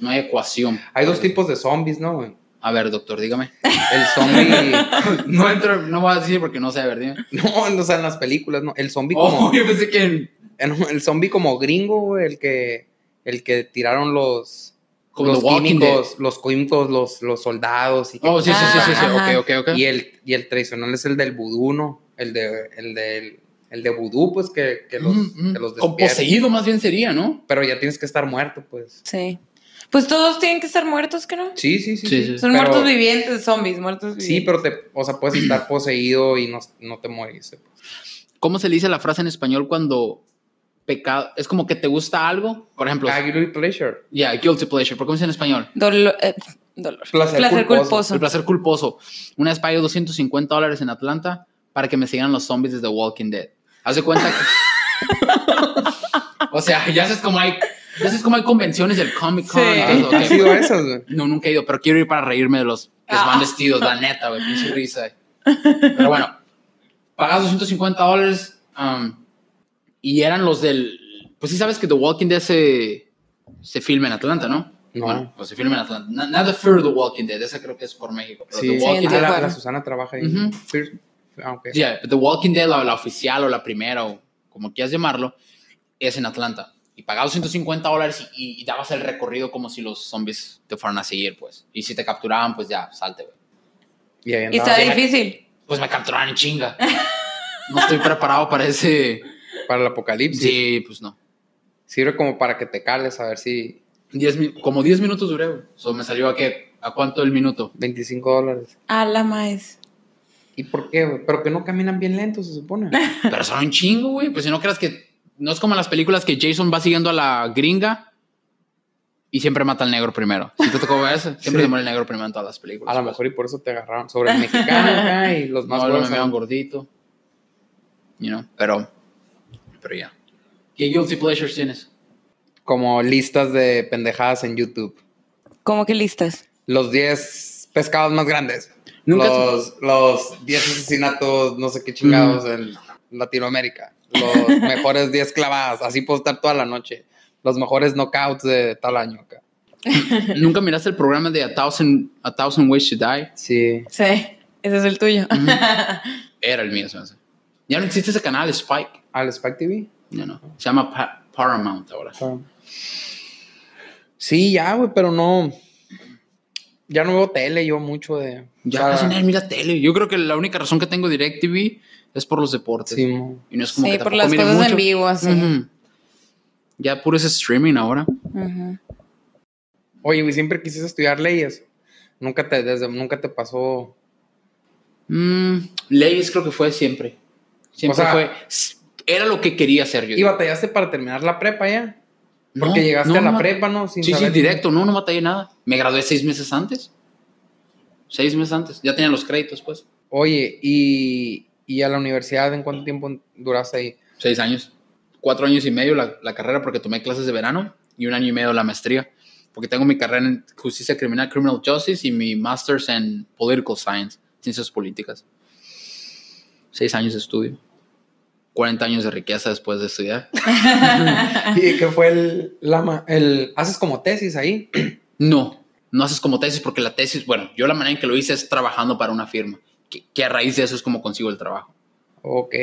A: No hay ecuación.
B: Hay dos tipos de zombies, ¿no, güey?
A: A ver, doctor, dígame.
B: El zombie.
A: No entro, no voy a decir porque no sé, a ver, dime.
B: no, o sea, en las películas, ¿no? El zombie
A: Oh,
B: como.
A: yo pensé que en-
B: Eh, El zombie como gringo, güey, el que. El que tiraron los.
A: como
B: los
A: The Walking Dead.
B: químicos, los químicos, los, los soldados y que-
A: Oh, sí, sí, sí, sí, sí.
C: Ajá.
A: Ok, ok, ok.
B: Y el, y el tradicional es el del vudú, ¿no? El de, el del, el de vudú, pues, que, que los,
A: Mm, mm.
B: que los
A: O
B: despierta.
A: poseído más bien sería, ¿no?
B: Pero ya tienes que estar muerto, pues.
C: Sí. Pues todos tienen que estar muertos, ¿qué no?
B: Sí, sí,
A: Sí,
B: sí. sí,
A: sí.
C: Son
B: Pero-
C: muertos vivientes, zombies, muertos vivientes.
B: Sí, pero te, o sea, puedes estar poseído y no, no te mueres.
A: ¿Cómo se le dice la frase en español cuando pecado es como que te gusta algo? Por ejemplo,
B: Ah, guilty pleasure.
A: yeah, guilty pleasure. ¿Por cómo se dice en español?
C: Dolor, eh, dolor.
B: Placer culposo.
A: El placer culposo. Una vez pagué 250 dólares en Atlanta para que me siguieran los zombies desde Walking Dead. Haz de cuenta que. o sea, ya sabes cómo hay. Ya sabes cómo hay convenciones del Comic Con.
C: Sí. Ah.
A: y todo eso,
B: ¿Has
A: ok.
B: sido esas, güey?
A: No, nunca he ido, pero quiero ir para reírme de los que van vestidos, la neta, güey, pinche risa. Pero bueno, pagas 250 dólares um, y eran los del. Pues sí, sabes que The Walking Dead se, se filma en Atlanta, ¿no?
B: No.
A: Bueno, pues se filma en Atlanta. Na- Nada Fear The Walking Dead, esa creo que es por México. Pero
B: Sí,
A: The Walking
C: entiendo.
B: Ah,
A: Dead,
B: la,
C: Dead.
B: la Susana trabaja ahí.
A: Ujú.
B: Sí. Ah, ok.
A: yeah, The Walking Dead, la, la oficial o la primera, o como quieras llamarlo, es en Atlanta. Y pagabas 150 dólares y, y- y dabas el recorrido como si los zombies te fueran a seguir, pues. Y si te capturaban, pues ya, salte, güey.
B: Y ahí
C: Y
B: andaba
C: está
A: sí,
C: difícil.
A: pues me capturaron en chinga. No estoy preparado para ese.
B: para el apocalipsis.
A: Sí, pues no.
B: Sirve como para que te cales, a ver si
A: Diez mi- como 10 minutos duré. güey. O sea, me salió a qué? ¿A cuánto el minuto?
B: 25 dólares.
C: A la maes.
B: ¿Y por qué, güey? Pero que no caminan bien lento, se supone.
A: Pero son un chingo, güey. Pues si no creas que. No es como en las películas que Jason va siguiendo a la gringa y siempre mata al negro primero. Si te tocó ver eso, siempre
B: Sí.
A: se muere el negro primero en todas las películas.
B: A lo mejor y por eso te agarraron sobre el mexicano acá y los más
A: no, luego me
B: buenos
A: vean
B: eran-
A: gordito. You know, pero. Pero ya. ¿Qué guilty pleasures tienes?
B: como listas de pendejadas en YouTube.
C: ¿Cómo que listas?
B: Los 10 pescados más grandes.
A: Nunca-
B: los, los 10 asesinatos, no sé qué chingados
A: Mm.
B: en Latinoamérica. Los mejores 10 clavadas. Así puedo estar toda la noche. Los mejores knockouts de tal año acá.
A: ¿Nunca miraste el programa de A Thousand, a Thousand Ways to Die?
B: Sí.
C: Sí, ese es el tuyo.
A: Era el mío, se me hace. Ya no existe ese canal, Spike.
B: ¿Al Spike TV?
A: Ya no. Se llama Pa- Paramount ahora.
B: Sí, ya, güey, pero no. Ya no veo tele yo mucho de.
A: Ya
B: o sea,
A: casi nadie mira tele. Yo creo que la única razón que tengo DirecTV es por los deportes.
B: sí, mo.
A: Y no es como
C: Sí,
A: que
C: por
A: tampoco
C: las
A: mire
C: cosas
A: mucho.
C: en vivo, así.
A: Ujú. Ya puro ese streaming ahora.
C: Ujú.
B: Oye, güey, siempre quisiste estudiar leyes. Nunca te, desde, nunca te pasó.
A: Mm, leyes creo que fue siempre. Siempre
B: O sea-
A: fue. Era lo que quería hacer yo.
B: ¿Y batallaste para terminar la prepa ya? Porque
A: No,
B: llegaste
A: no,
B: a la
A: no.
B: prepa, ¿no? Sin
A: Sí, sí,
B: saber-
A: directo. No, no batallé nada. Me gradué seis meses antes. Seis meses antes. Ya tenía los créditos, pues.
B: Oye, y, y a la universidad, ¿en cuánto tiempo duraste ahí?
A: seis años, cuatro años y medio la, la carrera porque tomé clases de verano y un año y medio la maestría, porque tengo mi carrera en justicia criminal, criminal justice y mi master's en political science, ciencias políticas. Seis años de estudio, 40 años de riqueza después de estudiar.
B: ¿Y qué fue el, la ma- el. ¿Haces como tesis ahí?
A: No, no haces como tesis porque la tesis, bueno, yo la manera en que lo hice es trabajando para una firma, que, que a raíz de eso es como consigo el trabajo.
B: Ok.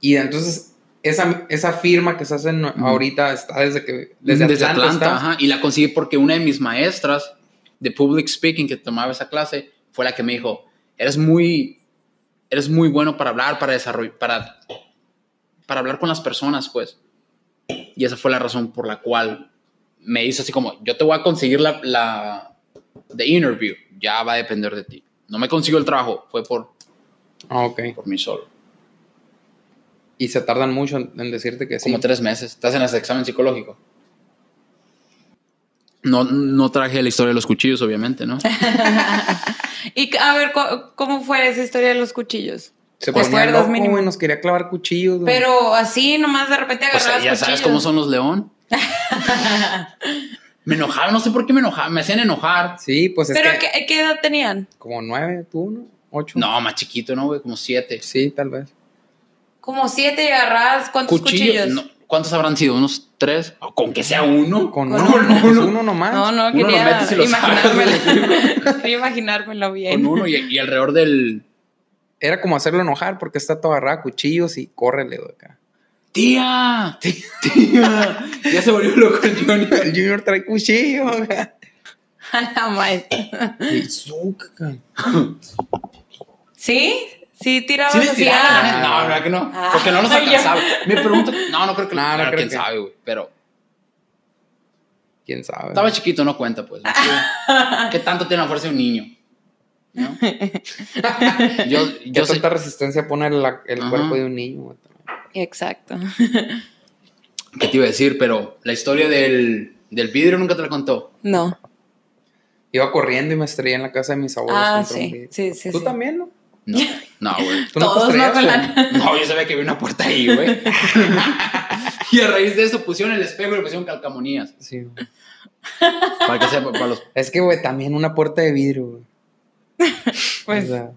B: Y entonces, esa, esa firma que estás en ahorita está desde que. Desde, Atlanta. estás.
A: ajá, y la conseguí porque una de mis maestras de public speaking que tomaba esa clase fue la que me dijo, eres muy, eres muy bueno para hablar, para desarrollar, para, para hablar con las personas, pues. Y esa fue la razón por la cual me hizo así como, yo te voy a conseguir la, la the interview, ya va a depender de ti. No me consiguió el trabajo, fue por,
B: Ah, ok.
A: por mí solo.
B: Y se tardan mucho en, en decirte que sí.
A: Como tres meses, estás en ese examen psicológico. No, no traje la historia de los cuchillos, obviamente, ¿no? Pues,
C: Y a ver, ¿cu- ¿cómo fue esa historia de los cuchillos?
B: Se
C: Pues
B: ponía
C: cuerdas
B: loco,
C: mínimo.
B: güey, nos quería clavar cuchillos. güey.
C: Pero así, nomás de repente
A: O sea,
C: agarrabas
A: ya
C: cuchillos.
A: sabes cómo son los león. me enojaba, no sé por qué me enojaba, me hacían enojar.
B: Sí, pues es
C: Pero
B: que
C: ¿qué, qué edad tenían?
B: como nueve, tú, ¿no? Ocho.
A: No, más chiquito, ¿no, güey? Como siete.
B: Sí, tal vez.
C: Como siete y agarradas, ¿cuántos
A: Cuchillo,
C: cuchillos?
A: no, ¿Cuántos habrán sido? ¿Unos tres? O con que sea uno.
B: Con
C: Con
B: uno,
A: uno,
B: pues,
A: uno.
B: uno nomás.
C: No, no,
A: Ah, Uno lo
C: quería
A: metes y lo
C: imaginármelo. quería imaginármelo bien.
A: Con uno y, y alrededor del.
B: Era como hacerlo enojar porque está todo agarrado a cuchillos y córrele güey, acá.
A: ¡Tía! ¡Tía! ya se volvió loco el Junior.
B: El Junior trae cuchillo. güey.
C: A la madre.
B: Y su, caca.
C: ¿Sí? Sí, tiraba
A: Sí les
C: así.
A: tiraron,
C: ah.
A: ¿eh? No, verdad que no.
C: Ah.
A: Porque no los
C: Ay, yo-
A: alcanzaba. Me pregunto. No, no creo que.
B: No, no
A: claro,
B: creo
A: quién
B: que-
A: sabe, güey. Pero
B: ¿Quién sabe?
A: estaba chiquito, no cuenta, pues. ¿no? ¿Qué tanto tiene la fuerza de un niño? ¿No? yo
B: ¿Qué
A: yo sé-
B: tanta resistencia pone la- el
A: Ajá.
B: cuerpo de un niño? güey?
C: Exacto.
A: qué te iba a decir, pero la historia del, del vidrio nunca te la contó.
C: No.
B: Iba corriendo y me estrellé en la casa de mis abuelos.
C: Ah,
B: contra un
C: sí.
B: vidrio.
C: Sí, sí,
B: ¿Tú
C: sí.
B: también, no?
A: No, no, güey.
B: ¿Tú no te
C: Todos, ¿no?
B: estrellaste?
C: Con la-
A: No, yo sabía que había una puerta ahí, güey. y a raíz de eso pusieron el espejo y le pusieron calcamonías.
B: Sí, güey.
A: Para que sepa, para los.
B: Es que, güey, también una puerta de vidrio, güey.
C: Pues
B: O sea,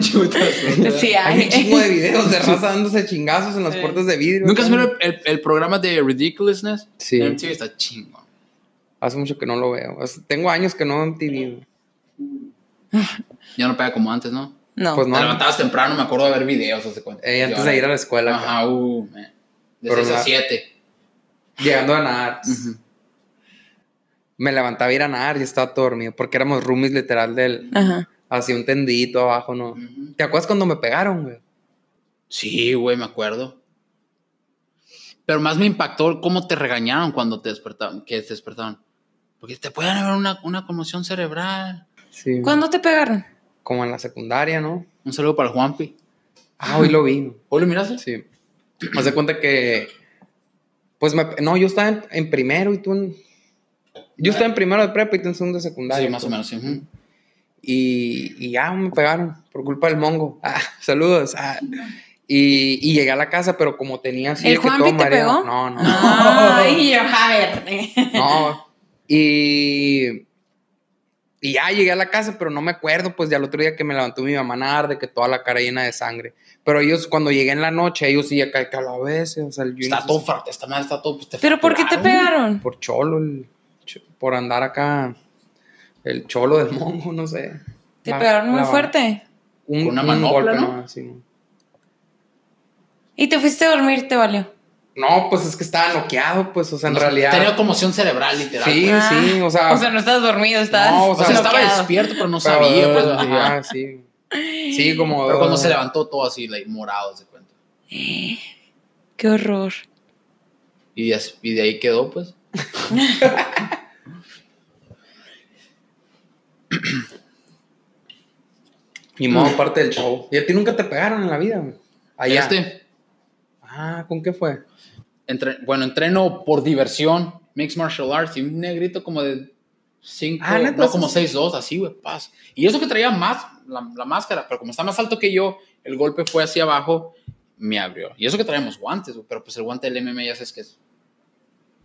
A: chutas, ¿no?
C: sí
B: hay
C: hay.
B: un chingo de videos de raza dándose chingazos en las
C: Sí.
B: puertas de vidrio.
A: ¿Nunca has
B: güey.
A: visto el, el- el programa de Ridiculousness?
B: Sí.
A: En MTV está chingo.
B: Hace mucho que no lo veo. Hace- tengo años que no veo MTV. güey.
A: Ya no pega como antes, ¿no?
C: No.
B: Pues no.
A: Te levantabas temprano, me acuerdo de ver videos, hace cuenta.
B: Eh, antes de ir a la escuela,
A: Ajá, uh, man. De
B: Pero
A: 6 a
B: la-
A: 7.
B: llegando a nadar. Me levantaba a ir a nadar y estaba todo dormido porque éramos roomies literal del.
C: Ajá.
B: Así un tendidito abajo, ¿no? ¿Te acuerdas cuando me pegaron, güey?
A: Sí, güey, me acuerdo. Pero más me impactó cómo te regañaron cuando te despertaban, que te despertaban. Porque te pueden haber una, una conmoción cerebral.
B: Sí.
C: ¿Cuándo te pegaron?
B: Como en la secundaria, ¿no?
A: Un saludo para el Juanpi.
B: Ah, hoy lo vi. ¿no?
A: ¿O lo miraste?
B: Sí. Haz de cuenta que. Pues me- no, yo estaba en, en primero y tú en. Yo estaba en primero de prepa y tú en segundo de secundaria.
A: Sí, más o menos, sí. ujú.
B: Y, y ya me pegaron por culpa del mongo. Ah, saludos. Ah. Y, y llegué a la casa, pero como tenía así.
C: ¿El
B: de que
C: Juanpi
B: todo
C: te
B: mareado-
C: pegó?
B: No, no.
C: Ay, yo, a ver. eh.
B: No. Y. Y ya llegué a la casa, pero no me acuerdo, pues, del otro día que me levantó mi mamá a nadar, de que toda la cara llena de sangre. Pero ellos, cuando llegué en la noche, ellos sí, acá, acá a veces, o sea, el
A: Está
B: Junior-
A: todo fuerte, está mal, está todo. pues, te
C: ¿Pero por qué te
A: fracturaron.
C: pegaron?
B: Por cholo, el ch- por andar acá, el cholo del mongo, no sé.
C: ¿Te
B: La-
C: pegaron muy
B: la-
C: fuerte?
B: Un,
A: Una
B: un
A: manopla,
B: golpe,
A: ¿no?
B: ¿no? Sí.
C: ¿Y te fuiste a dormir? ¿Te valió?
B: No, pues es que estaba noqueado, pues, o sea, en
A: O sea,
B: realidad.
A: Tenía pues. conmoción cerebral, literal.
B: Sí,
A: güey.
B: sí, o sea,
C: O sea, no estabas dormido, estabas.
B: No,
A: Ah. O sea, estaba
C: bloqueado.
A: despierto, pero no
B: pero-
A: sabía. Pues, ajá.
B: ajá, sí. Sí, como.
A: Pero cuando se levantó todo así, like, morado, se cuenta.
C: Qué horror.
A: Y de, y de ahí quedó, pues.
B: Ni modo, parte del show. ¿Y a ti nunca te pegaron en la vida? güey? Allá.
A: Este,
B: Ah, ¿con qué fue?
A: entre- bueno, entreno por diversión, mixed martial arts, y un negrito como de 5,
B: Ah, neta,
A: no, como
B: sí.
A: 6, 2, así, güey, paz. Y eso que traía más, la, la máscara, pero como está más alto que yo, el golpe fue hacia abajo, me abrió. Y eso que traíamos guantes, güey, pero pues el guante del MMA ya sabes que es.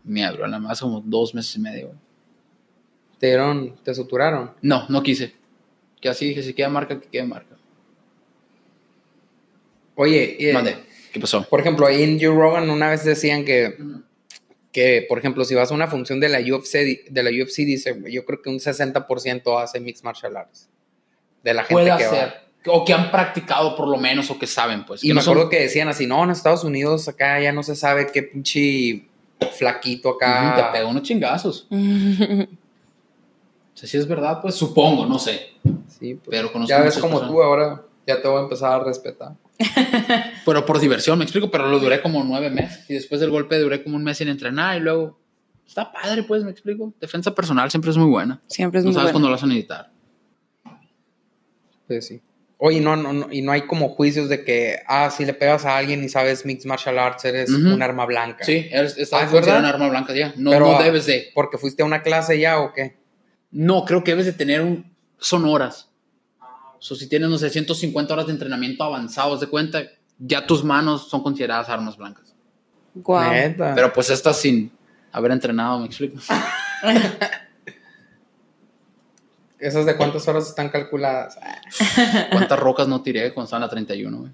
A: Me abrió, nada más como dos meses y medio, güey.
B: Te dieron, te suturaron.
A: No, no quise. Que así dije, si queda marca, que quede marca.
B: Oye, y, eh,
A: Mande, ¿qué pasó?
B: por ejemplo, ahí en Joe Rogan una vez decían que, que, por ejemplo, si vas a una función de la UFC, di- de la UFC dice, güey, yo creo que un 60% hace mixed martial arts. De la gente
A: puede
B: que va.
A: hacer. O que han practicado por lo menos o que saben, pues.
B: Y
A: que
B: me
A: no son-
B: acuerdo que decían así, no, en Estados Unidos acá ya no se sabe qué pinche flaquito acá.
A: Ujú, Te pegó unos chingazos. O sea, si es verdad, pues supongo, no sé.
B: Sí, pues,
A: Pero conozco
B: ya ves
A: muchas
B: como
A: personas.
B: tú ahora, ya te voy a empezar a respetar.
A: Pero por diversión, me explico, pero lo duré como nueve meses. Y después del golpe duré como un mes sin entrenar y luego... Está padre, pues, me explico. Defensa personal siempre es muy buena.
C: Siempre es
A: no
C: muy
A: sabes
C: bueno.
A: cuándo lo vas a necesitar.
B: Pues sí. Oye, no, no, no- y no hay como juicios de que, ah, si le pegas a alguien y sabes mixed martial arts, eres
A: Ujú.
B: un arma blanca.
A: Sí, eres, estás
B: Ah, ¿es
A: considerado
B: verdad?
A: un arma blanca ya. No,
B: Pero,
A: no
B: ah,
A: debes de...
B: Porque fuiste a una clase ya o qué.
A: No, creo que debes de tener un... Son horas. O sea, si tienes, no sé, 150 horas de entrenamiento avanzado, haz de cuenta, ya tus manos son consideradas armas blancas.
C: Guau.
B: Neta.
A: Pero pues esta sin haber entrenado, me explico.
B: ¿Esas de cuántas horas están calculadas? Ah,
A: ¿Cuántas rocas no tiré cuando estaban a 31, güey?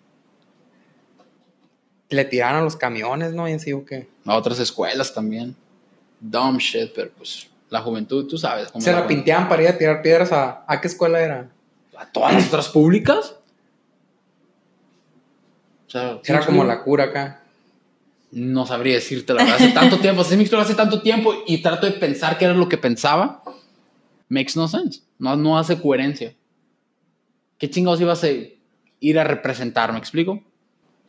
B: le tiraron a los camiones, ¿no? Y así, ¿o qué?
A: A otras escuelas también. Dumb shit, pero pues la juventud, tú sabes. cómo
B: Se la
A: juventud.
B: pinteaban para ir a tirar piedras a... ¿A qué escuela era?
A: ¿A todas las otras públicas? O sea, ¿sí me
B: Era como
A: explico?
B: la cura acá.
A: No sabría decirte la verdad. Hace tanto tiempo, así me explico, hace tanto tiempo y trato de pensar qué era lo que pensaba. Makes no sense. No, no hace coherencia. ¿Qué chingados ibas a ir a representar? ¿Me explico?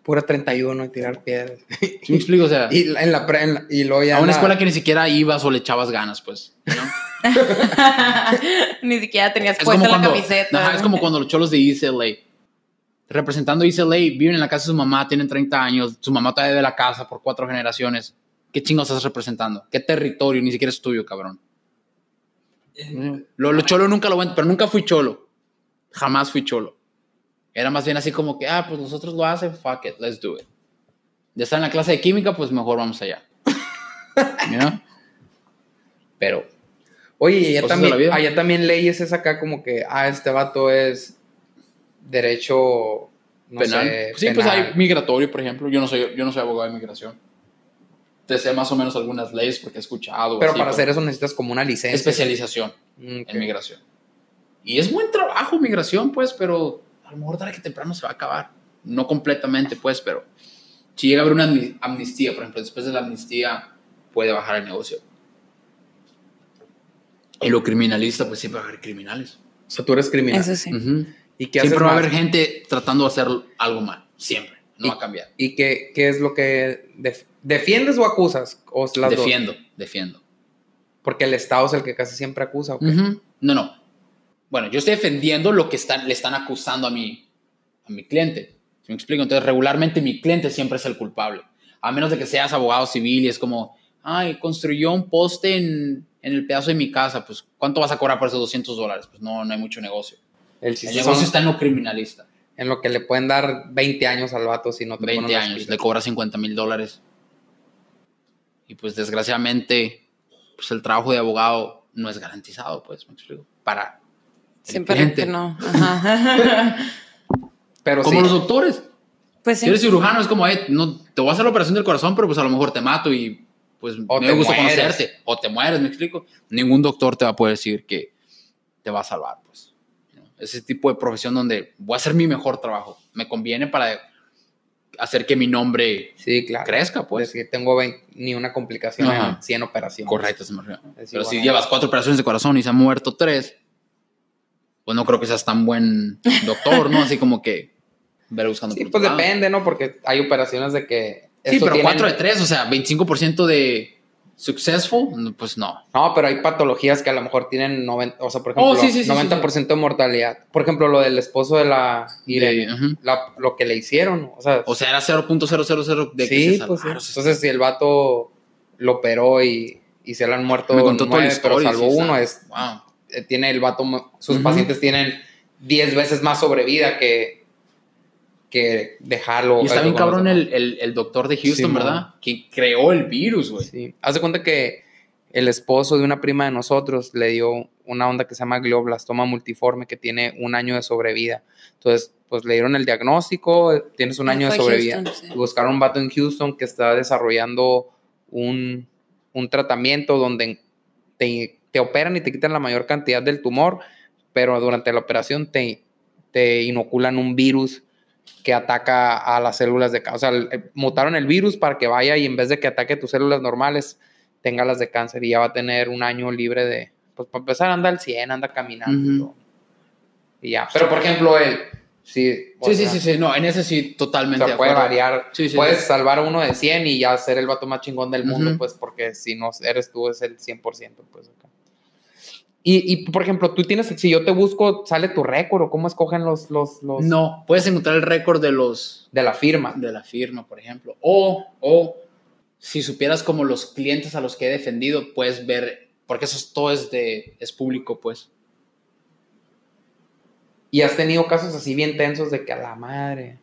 B: Pura 31 y tirar piedras.
A: ¿Sí me explico? O sea,
B: Y, la- en la, pre- en la- y luego ya...
A: a
B: en
A: una
B: la-
A: escuela que ni siquiera ibas o le echabas ganas, pues. ¿no?
C: Ni siquiera tenías
A: Es
C: puesta
A: como
C: la
A: cuando,
C: camiseta.
A: Ajá, es como cuando los cholos de ECLA, representando ECLA, viven en la casa de su mamá, tienen 30 años, su mamá todavía de la casa por cuatro generaciones. ¿Qué chingos estás representando? ¿Qué territorio? Ni siquiera es tuyo, cabrón. Lo, lo
C: Eh,
A: cholo nunca lo van, pero nunca fui cholo. Jamás fui cholo. Era más bien así como que, ah, pues nosotros lo hacen, fuck it, let's do it. Ya está en la clase de química, pues mejor vamos allá. You know? Pero
B: Oye, y allá
A: Cosas de la
B: también,
A: vida.
B: allá también leyes es acá como que, ah, este vato es derecho, no
A: penal.
B: sé,
A: sí, pues
B: penal.
A: hay migratorio, por ejemplo. Yo no soy, yo no soy abogado de migración. Te sé más o menos algunas leyes porque he escuchado.
B: Pero
A: así,
B: para hacer eso necesitas como una licencia.
A: especialización
B: Mm, ok.
A: en migración. Y es buen trabajo migración, pues, pero a lo mejor tarde que temprano se va a acabar. No completamente, pues, pero si llega a haber una amni- amnistía, por ejemplo, después de la amnistía puede bajar el negocio. Y lo criminalista, pues siempre va a haber criminales.
B: O sea, tú eres criminal.
C: Eso sí.
A: Ujú.
B: ¿Y qué haces
A: Siempre va a
B: más?
A: haber gente tratando de hacer algo mal. Siempre. No
B: Y-
A: va a cambiar.
B: ¿Y qué, qué es lo que def- defiendes o acusas? O las dos.
A: defiendo, defiendo.
B: Porque el Estado es el que casi siempre acusa. ¿ok?
A: Ujú. No, no. Bueno, yo estoy defendiendo lo que están, le están acusando a mi, a mi cliente. ¿Sí me explico? Entonces, regularmente mi cliente siempre es el culpable. A menos de que seas abogado civil y es como, ay, construyó un poste en, en el pedazo de mi casa. Pues, ¿cuánto vas a cobrar por esos 200 dólares? Pues no, no hay mucho negocio.
B: El
A: El
B: chiste son
A: negocio está en lo criminalista.
B: en lo que le pueden dar 20 años al vato si no te ponen
A: 20
B: las
A: años, le
B: pilas.
A: cobra 50 mil dólares. Y pues desgraciadamente, pues el trabajo de abogado no es garantizado, pues, me explico. Para el
C: Siempre
A: cliente.
C: que no. Ajá.
B: Pero
A: Como
B: sí,
A: los doctores.
C: Pues
A: Si
C: sí.
A: eres cirujano, es como, eh, no, te voy a hacer la operación del corazón, pero pues a lo mejor te mato y pues
B: O
A: me
B: te
A: gusta
B: mueres.
A: conocerte. O te mueres, me explico. Ningún doctor te va a poder decir que te va a salvar, pues. ¿no? Ese tipo de profesión donde voy a hacer mi mejor trabajo. Me conviene para hacer que mi nombre
B: sí, claro.
A: crezca, pues.
B: Pues que tengo 20 ni una complicación
A: Ajá.
B: en 100 operaciones.
A: Correcto, se me olvidó.
B: Es
A: Pero
B: igual.
A: si llevas cuatro operaciones de corazón y se han muerto tres, pues no creo que seas tan buen doctor, ¿no? Así como que ver buscando
B: Sí,
A: por
B: pues
A: otro lado.
B: depende, ¿no? Porque hay operaciones de que.
A: Sí,
B: esto
A: pero
B: tiene-
A: cuatro de tres, o sea, 25% de successful, no, pues no.
B: No, pero hay patologías que a lo mejor tienen 90, o sea, por ejemplo,
A: Oh, sí, sí, sí,
B: 90% de mortalidad. Por ejemplo, lo del esposo de la Irene,
A: De- Eh, ujú.
B: la- lo que le hicieron, o sea,
A: O sea, era 0.000 de que
B: sí,
A: se
B: pues, sí.
A: salvaron.
B: entonces si el vato lo operó y, y se le han muerto
A: Me contó toda la
B: nueve, pero
A: historia,
B: salvo
A: sí,
B: uno,
A: sabe.
B: es,
A: Wow.
B: eh, tiene el vato, mu- sus
A: Ujú.
B: pacientes tienen 10 veces más sobrevida que, que dejarlo.
A: Y está
B: Oh, algo
A: bien
B: con
A: cabrón
B: los demás.
A: el, el- el doctor de Houston,
B: Simón.
A: ¿verdad? Que creó el virus, güey.
B: Sí. Haz de cuenta que el esposo de una prima de nosotros le dio una onda que se llama glioblastoma multiforme que tiene un año de sobrevida. Entonces, pues le dieron el diagnóstico, tienes un año de
C: Fue
B: sobrevida.
C: Houston, sí.
B: Y buscaron un vato en Houston que está desarrollando un, un tratamiento donde te, te operan y te quitan la mayor cantidad del tumor, pero durante la operación te, te inoculan un virus que ataca a las células de cáncer. O sea, el- eh, mutaron el virus para que vaya y en vez de que ataque tus células normales, tenga las de cáncer y ya va a tener un año libre de... Pues para empezar anda al 100, anda caminando. y
A: Ujú.
B: todo. Y ya. Pero por ejemplo, él... Sí, o
A: Sí, sí,
B: sea,
A: sí, sí, no, en ese sí,
B: o
A: totalmente.
B: sea,
A: de
B: puede
A: acuerdo.
B: variar.
A: Sí, sí,
B: Puedes
A: sí.
B: salvar a uno de 100 y ya ser el vato más chingón del mundo,
A: Ujú.
B: pues, porque si no eres tú, es el 100%, pues, acá. Y, y, por ejemplo, tú tienes, si yo te busco, ¿sale tu récord o cómo escogen los, los, los
A: No, puedes encontrar el récord de los
B: de la firma?
A: de la firma, por ejemplo. O, o si supieras como los clientes a los que he defendido, puedes ver, porque eso es, todo es, de, es público, pues.
B: Y has tenido casos así bien tensos de que a la madre.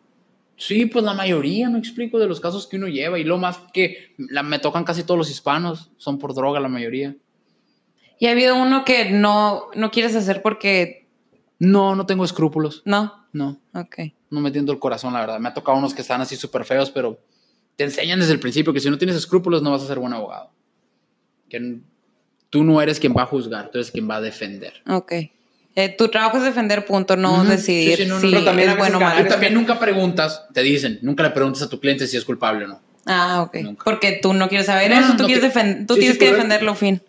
A: Sí, pues la mayoría, me explico, de los casos que uno lleva. Y lo más que la- me tocan casi todos los hispanos, son por droga la mayoría.
C: Y ha habido uno que no, no quieres hacer porque
A: No, no tengo escrúpulos.
C: no.
A: No,
C: Ok.
A: no me tiendo el corazón, la verdad. Me ha tocado unos que están así súper feos, pero te enseñan desde el principio que si no tienes escrúpulos no vas a ser buen abogado. Que n- tú no eres quien va a juzgar, tú eres quien va a defender.
C: Ok. Eh, tu trabajo es defender punto, no
A: Ujú.
C: decidir
A: Sí, sí, no, no,
C: si
A: pero
B: también a
C: es
B: veces
C: bueno o
B: ganar
A: Y
C: malo.
B: es-
A: también nunca preguntas, te dicen, nunca le preguntas a tu cliente si es culpable o no.
C: Ah, ok.
A: Nunca.
C: Porque tú no quieres saber
A: No,
C: eso,
A: no,
C: tú,
A: no
C: quieres
A: que-
C: defen- tú
A: sí, sí,
C: tienes que
A: correcto.
C: defenderlo, fin.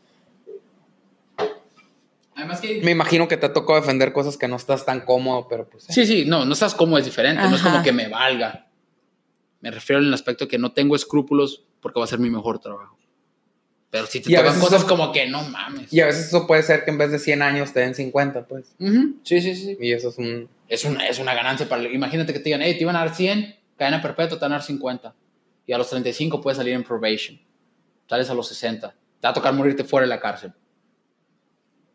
A: Además que...
B: Me imagino que te tocó defender cosas que no estás tan cómodo, pero pues. eh.
A: Sí, sí, no, no estás como es diferente, no es
C: Ajá.
A: como que me valga. Me refiero en el aspecto que no tengo escrúpulos porque va a ser mi mejor trabajo. Pero si te
B: Y a
A: tocan
B: veces
A: cosas
B: son-
A: como que no mames.
B: Y a veces eso puede ser que en vez de 100 años te den 50, pues.
A: Ujú, Sí, sí, sí.
B: Y eso es un.
A: es una, es una ganancia para el- imagínate que te digan, hey, te iban a dar 100, cadena perpetua, te van a dar 50. Y a los 35 puedes salir en probation. Sales a los 60. Te va a tocar morirte fuera de la cárcel.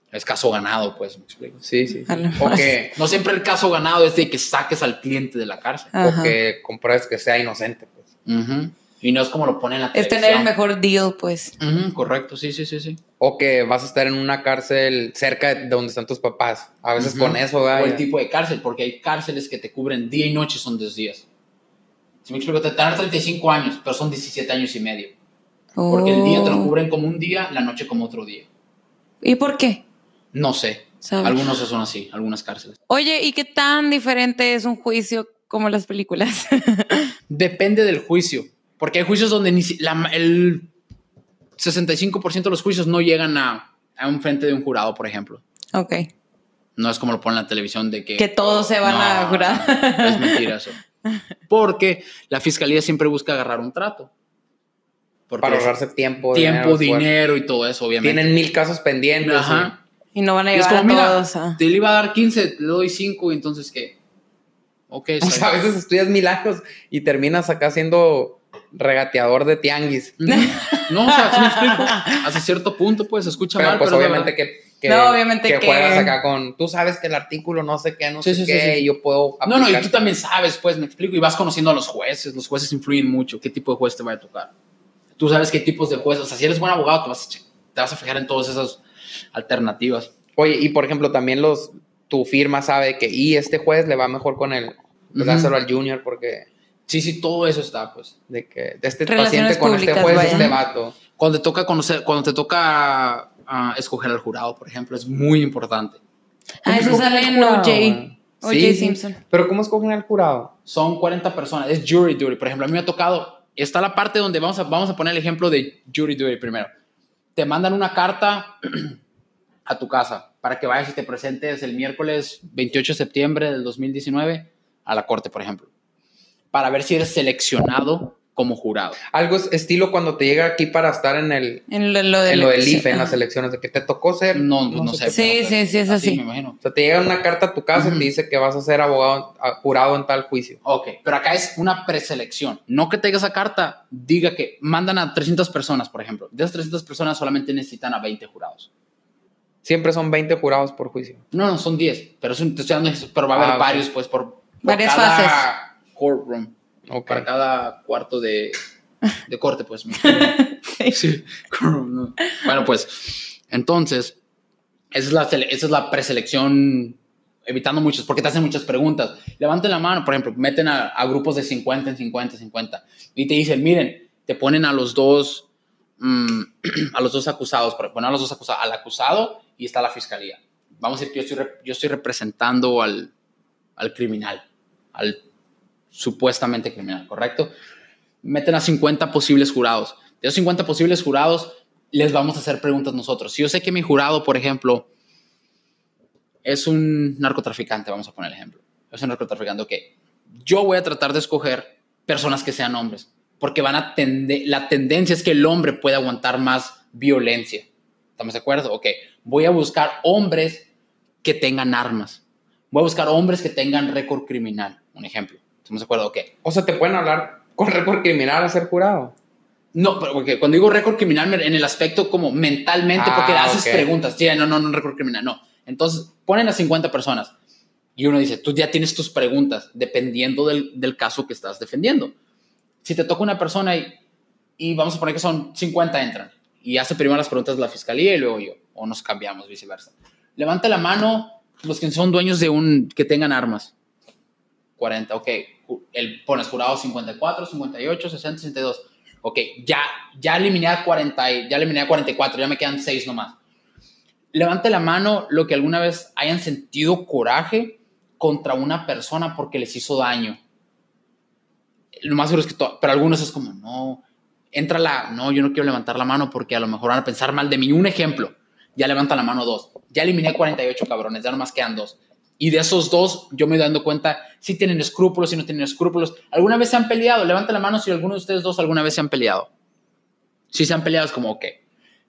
A: Es caso ganado, pues, me explico.
B: Sí, sí. sí.
C: A lo
B: O
C: mejor.
B: que,
A: No siempre el caso ganado es de que saques al cliente de la cárcel.
C: Ajá.
B: o que compruebes que sea inocente, pues.
A: Ujú. Y no es como lo ponen en la
C: Es
A: televisión.
C: tener el mejor deal, pues.
A: Ujú, correcto, sí, sí, sí, sí.
B: O que vas a estar en una cárcel cerca de donde están tus papás. A veces
A: Ujú.
B: con eso,
A: o
B: ¿verdad?
A: el tipo de cárcel, porque hay cárceles que te cubren día y noche, son dos días. Si me explico, te dan 35 años, pero son 17 años y medio. Porque el día te lo
C: Oh.
A: cubren como un día, la noche como otro día.
C: ¿Y por qué?
A: No sé.
C: ¿Sabes?
A: Algunos son así, algunas cárceles.
C: Oye, ¿y qué tan diferente es un juicio como las películas?
A: Depende del juicio. Porque hay juicios donde ni si- la ma- el 65% de los juicios no llegan a, a un frente de un jurado, por ejemplo.
C: ok.
A: No es como lo ponen en la televisión de que...
C: Que todos se van
A: No,
C: a jurar.
A: no, Es mentira eso. Porque la fiscalía siempre busca agarrar un trato. Porque
B: Para
A: es
B: ahorrarse tiempo.
A: tiempo, dinero,
B: esfuerzo.
A: y todo eso, obviamente.
B: Tienen mil casos pendientes.
A: Ajá.
C: Y no van a
A: Y es
C: llevar
A: como,
C: a
A: mira,
C: todos. ah.
A: te le iba a dar 15, le doy 5, entonces qué. Ok,
B: y- O
A: está
B: sea, a
A: bien.
B: veces estudias mil años y terminas acá siendo regateador de tianguis.
A: Ujú. No, o sea, ¿sí me explico? Hasta cierto punto, pues, se escucha
B: Pero
A: mal,
B: pues
A: pero es la
B: obviamente
A: verdad.
B: que, que,
C: No, obviamente que-
B: juegas acá con. Tú sabes que el artículo no sé qué, no
A: Sí,
B: sé
A: sí, sí,
B: qué,
A: sí.
B: y yo puedo.
A: No, no, y
B: aplicar-
A: tú también sabes, pues, me explico, y vas conociendo a los jueces, los jueces influyen mucho, qué tipo de juez te va a tocar. Tú sabes qué tipos de jueces, o sea, si eres buen abogado, te vas a, che- te vas a fijar en todas esas alternativas.
B: Oye, y por ejemplo, también los. Tu firma sabe que. Y este juez le va mejor con el. Pues
A: Ujú.
B: dáselo al junior porque.
A: Sí, sí, todo eso está, pues.
B: De que. De este
C: Relaciones
B: paciente con este
C: públicas,
B: juez,
C: vaya.
B: este vato.
A: Cuando te toca conocer, cuando te toca ah, escoger al jurado, por ejemplo, es muy importante.
C: Ah, eso
B: ¿Cómo
C: sale
B: escogen
C: en
B: el jurado,
C: OJ.
B: güey?
C: OJ
B: Sí, sí.
C: Simpson.
B: Pero ¿cómo escogen al jurado?
A: son 40 personas, es jury duty. Por ejemplo, a mí me ha tocado, está la parte donde vamos a, vamos a poner el ejemplo de jury duty primero. Te mandan una carta a tu casa para que vayas y te presentes el miércoles 28 de septiembre del 2019 a la corte, por ejemplo, para ver si eres seleccionado como jurado.
B: Algo es estilo cuando te llega aquí para estar en el
C: En lo, lo de
B: en lo del
C: elección.
B: IFE, en las elecciones, de que te tocó ser.
A: No, no, sé.
C: Sí,
A: pero, pues,
C: sí, sí, es así.
A: me imagino.
B: O sea, te llega una carta a tu casa y
A: Ujú.
B: te dice que vas a ser abogado, a- jurado en tal juicio.
A: Ok, pero acá es una preselección. No que tenga esa carta, diga que mandan a 300 personas, por ejemplo. De esas 300 personas solamente necesitan a 20 jurados.
B: Siempre son 20 jurados por juicio.
A: No, no, son 10, pero, es un- te estoy dando ejemplos, pero va a haber
B: Ah, ok.
A: varios, pues, por, por
C: Varias
A: cada courtroom,
B: Ok.
A: para cada cuarto de, de corte, pues. sí, courtroom, no. Bueno, pues, entonces, esa es, la, sele- esa es la preselección, evitando muchos, porque te hacen muchas preguntas. Levanten la mano, por ejemplo, meten a, a grupos de 50 en 50, 50, y te dicen, miren, te ponen a los dos, mm, a los dos acusados, por- bueno, a los dos acusados, al acusado y está la fiscalía. Vamos a decir que yo estoy, rep- yo estoy representando al, al criminal, al supuestamente criminal, ¿correcto? Meten a 50 posibles jurados. De esos 50 posibles jurados, les vamos a hacer preguntas nosotros. Si yo sé que mi jurado, por ejemplo, es un narcotraficante, vamos a poner el ejemplo. Es un narcotraficante, ok. Yo voy a tratar de escoger personas que sean hombres, porque van a tende- la tendencia es que el hombre puede aguantar más violencia. ¿Estamos de acuerdo? Ok. Voy a buscar hombres que tengan armas. Voy a buscar hombres que tengan récord criminal. Un ejemplo. ¿Estamos de acuerdo? Ok.
B: O sea, te pueden hablar con récord criminal a ser jurado.
A: No, pero porque cuando digo récord criminal, me- en el aspecto como mentalmente,
B: Ah,
A: porque haces
B: ok.
A: preguntas. Sí, no, no, no, récord criminal, no. Entonces, ponen a 50 personas y uno dice, tú ya tienes tus preguntas, dependiendo del, del caso que estás defendiendo. Si te toca una persona y, y vamos a poner que son 50 entran y hace primero las preguntas la fiscalía y luego yo, o nos cambiamos, viceversa. Levanta la mano los que son dueños de un, que tengan armas. 40, ok, ju- el, pones jurado 54, 58, 60, 62, ok, ya, ya eliminé a 40, y- ya eliminé a 44, ya me quedan 6 nomás. Levante la mano lo que alguna vez hayan sentido coraje contra una persona porque les hizo daño. Lo más seguro es que, to- pero algunos es como, no, entra la, no, yo no quiero levantar la mano porque a lo mejor van a pensar mal de mí. Un ejemplo, ya levanta la mano dos, ya eliminé 48 cabrones, ya nomás quedan dos. Y de esos dos, yo me he dando cuenta si tienen escrúpulos, si no tienen escrúpulos. ¿Alguna vez se han peleado? Levanta la mano si alguno de ustedes dos alguna vez se han peleado. Si se han peleado es como, ok.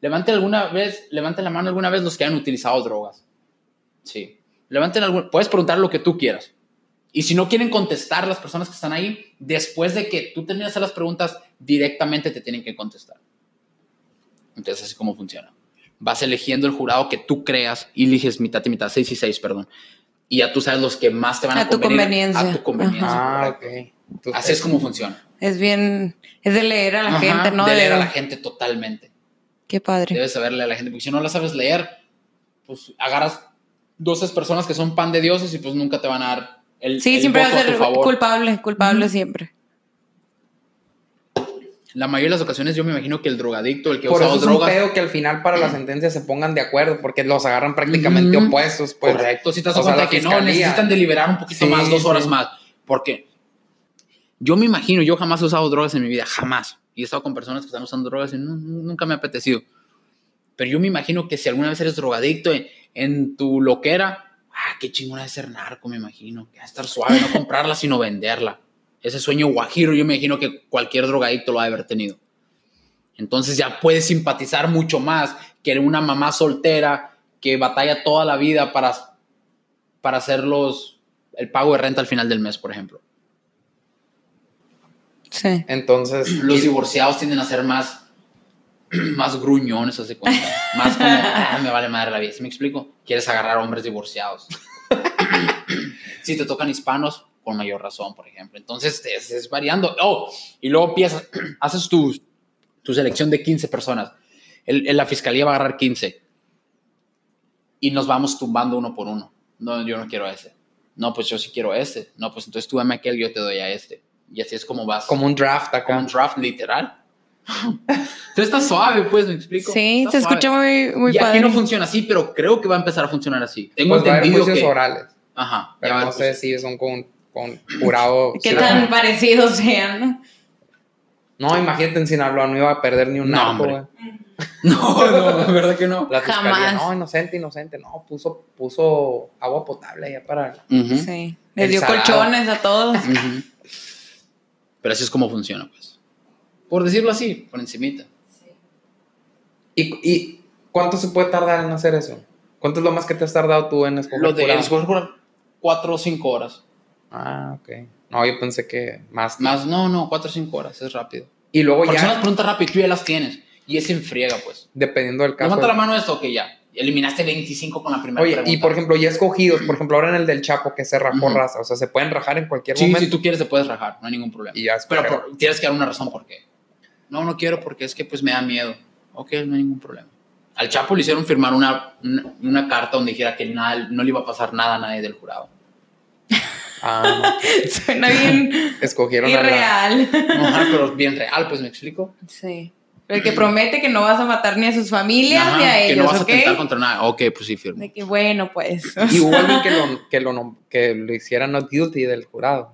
A: Levanten alguna vez, levanten la mano alguna vez los que han utilizado drogas. Sí. Levanten algún, puedes preguntar lo que tú quieras. Y si no quieren contestar las personas que están ahí, después de que tú terminas las preguntas, directamente te tienen que contestar. Entonces, así como funciona. Vas eligiendo el jurado que tú creas y eliges mitad y mitad, 6 y 6, perdón. Y ya tú sabes los que más te van a,
C: A tu
A: convenir,
C: conveniencia.
A: A tu conveniencia.
B: Ah, ok.
A: correcto.
B: Entonces,
A: Así es como funciona.
C: Es bien, es de leer a la
A: Ajá,
C: gente, ¿no?
A: De
C: De-
A: leer a la gente totalmente.
C: Qué padre.
A: Debes saberle a la gente, porque si no la sabes leer, pues agarras 12 personas que son pan de dioses y pues nunca te van a dar el.
C: sí,
A: el
C: siempre va
A: voto
C: a ser
A: tu favor.
C: culpable, culpable siempre.
A: La mayoría de las ocasiones yo me imagino que el drogadicto, el que ha
B: por eso
A: usado
B: es un
A: drogas.
B: pedo que al final para la sentencia se pongan de acuerdo, porque los agarran prácticamente
A: Ujú.
B: opuestos. Pues.
A: Correcto, si te das
B: o sea,
A: cuenta
B: la
A: que no,
B: fiscalía.
A: necesitan deliberar un poquito
B: Sí,
A: más, dos horas
B: sí.
A: más. Porque yo me imagino, yo jamás he usado drogas en mi vida, jamás. Y he estado con personas que están usando drogas y nu- nu- nunca me ha apetecido. Pero yo me imagino que si alguna vez eres drogadicto en, en tu loquera, ah, qué chingón es ser narco, me imagino. Que va a estar suave no comprarla, sino venderla. Ese sueño guajiro, yo me imagino que cualquier drogadicto lo ha de haber tenido. Entonces ya puedes simpatizar mucho más que una mamá soltera que batalla toda la vida para, para hacer los- el pago de renta al final del mes, por ejemplo.
C: Sí.
B: Entonces,
A: Los divorciados tienden a ser más, más gruñones, hace cuenta. Más como, "Ah, me vale madre la vida. ¿Sí me explico? Quieres agarrar hombres divorciados. si te tocan hispanos, con mayor razón, por ejemplo. Entonces, es, es variando. Oh, y luego piensas, haces tu, tu selección de 15 personas. El- el- la fiscalía va a agarrar 15. Y nos vamos tumbando uno por uno. No, yo no quiero ese. No, pues yo sí quiero ese. No, pues entonces tú dame aquel, yo te doy a este. Y así es como vas
B: como un draft
A: como
B: acá.
A: un draft literal. Entonces está suave, pues, me explico.
C: Sí,
A: Está
C: se
A: suave.
C: escucha muy, muy
A: y aquí
C: padre.
A: no funciona así, pero creo que va a empezar a funcionar así. Tengo
B: Pues va a haber
A: entendido
B: juicios
A: que.
B: orales,
A: Ajá. ya va
B: pero
A: a
B: no
A: haber
B: sé si son con, con jurado.
C: Qué
B: sí,
C: tan
B: no.
C: parecidos sean, ¿no?
B: No, imagínate en Sinaloa, no iba a perder ni un
A: No,
B: narco,
A: hombre.
B: güey.
A: juicios. No, no, la verdad que no.
B: La fiscalía,
C: Jamás.
B: no, inocente, inocente. No, puso, puso agua potable allá para.
A: Ujú,
C: Sí. Les
B: El
C: dio
B: salado.
C: colchones a todos.
A: ujú. Pero así es como funciona, pues. Por decirlo así, por encimita.
B: ¿Y, y cuánto se puede tardar en hacer eso? ¿Cuánto es lo más que te has tardado tú en escoger
A: Lo de
B: jurado?
A: el escoger jurado, cuatro o cinco horas.
B: Ah, ok. No, yo pensé que más.
A: Más, no, no, cuatro o cinco horas, es rápido.
B: Y luego
A: Porque son las
B: ya,
A: preguntas rápidas, tú ya las tienes. Y es en friega, pues.
B: dependiendo del caso.
A: Levanta la mano esto, que ya. Eliminaste 25 con la primera
B: Oye,
A: pregunta.
B: y por ejemplo, ya escogidos, por ejemplo, ahora en el del Chapo que se rajó
A: Ujú.
B: raza, o sea, se pueden rajar en cualquier
A: Sí,
B: momento.
A: si tú quieres te puedes rajar, no hay ningún problema.
B: Y ya
A: Pero
B: escoger.
A: por- tienes que dar una razón por qué. No, no quiero porque es que pues me da miedo. Ok, no hay ningún problema. Al Chapo le hicieron firmar una, una, una carta donde dijera que nada, no le iba a pasar nada a nadie del jurado.
B: Ah,
C: Suena bien
B: no. escogieron a la.
C: irreal.
A: Ajá, pero bien real, pues me explico.
C: Sí. El que promete que no vas a matar ni a sus familias
A: Ajá,
C: ni a
A: que no vas
C: ellos,
A: a
C: ¿ok?
A: atentar contra nada. Ok, pues sí firmo.
C: De que bueno, pues.
B: Y hubo alguien que lo, que, lo, nom- que lo hiciera not guilty del jurado.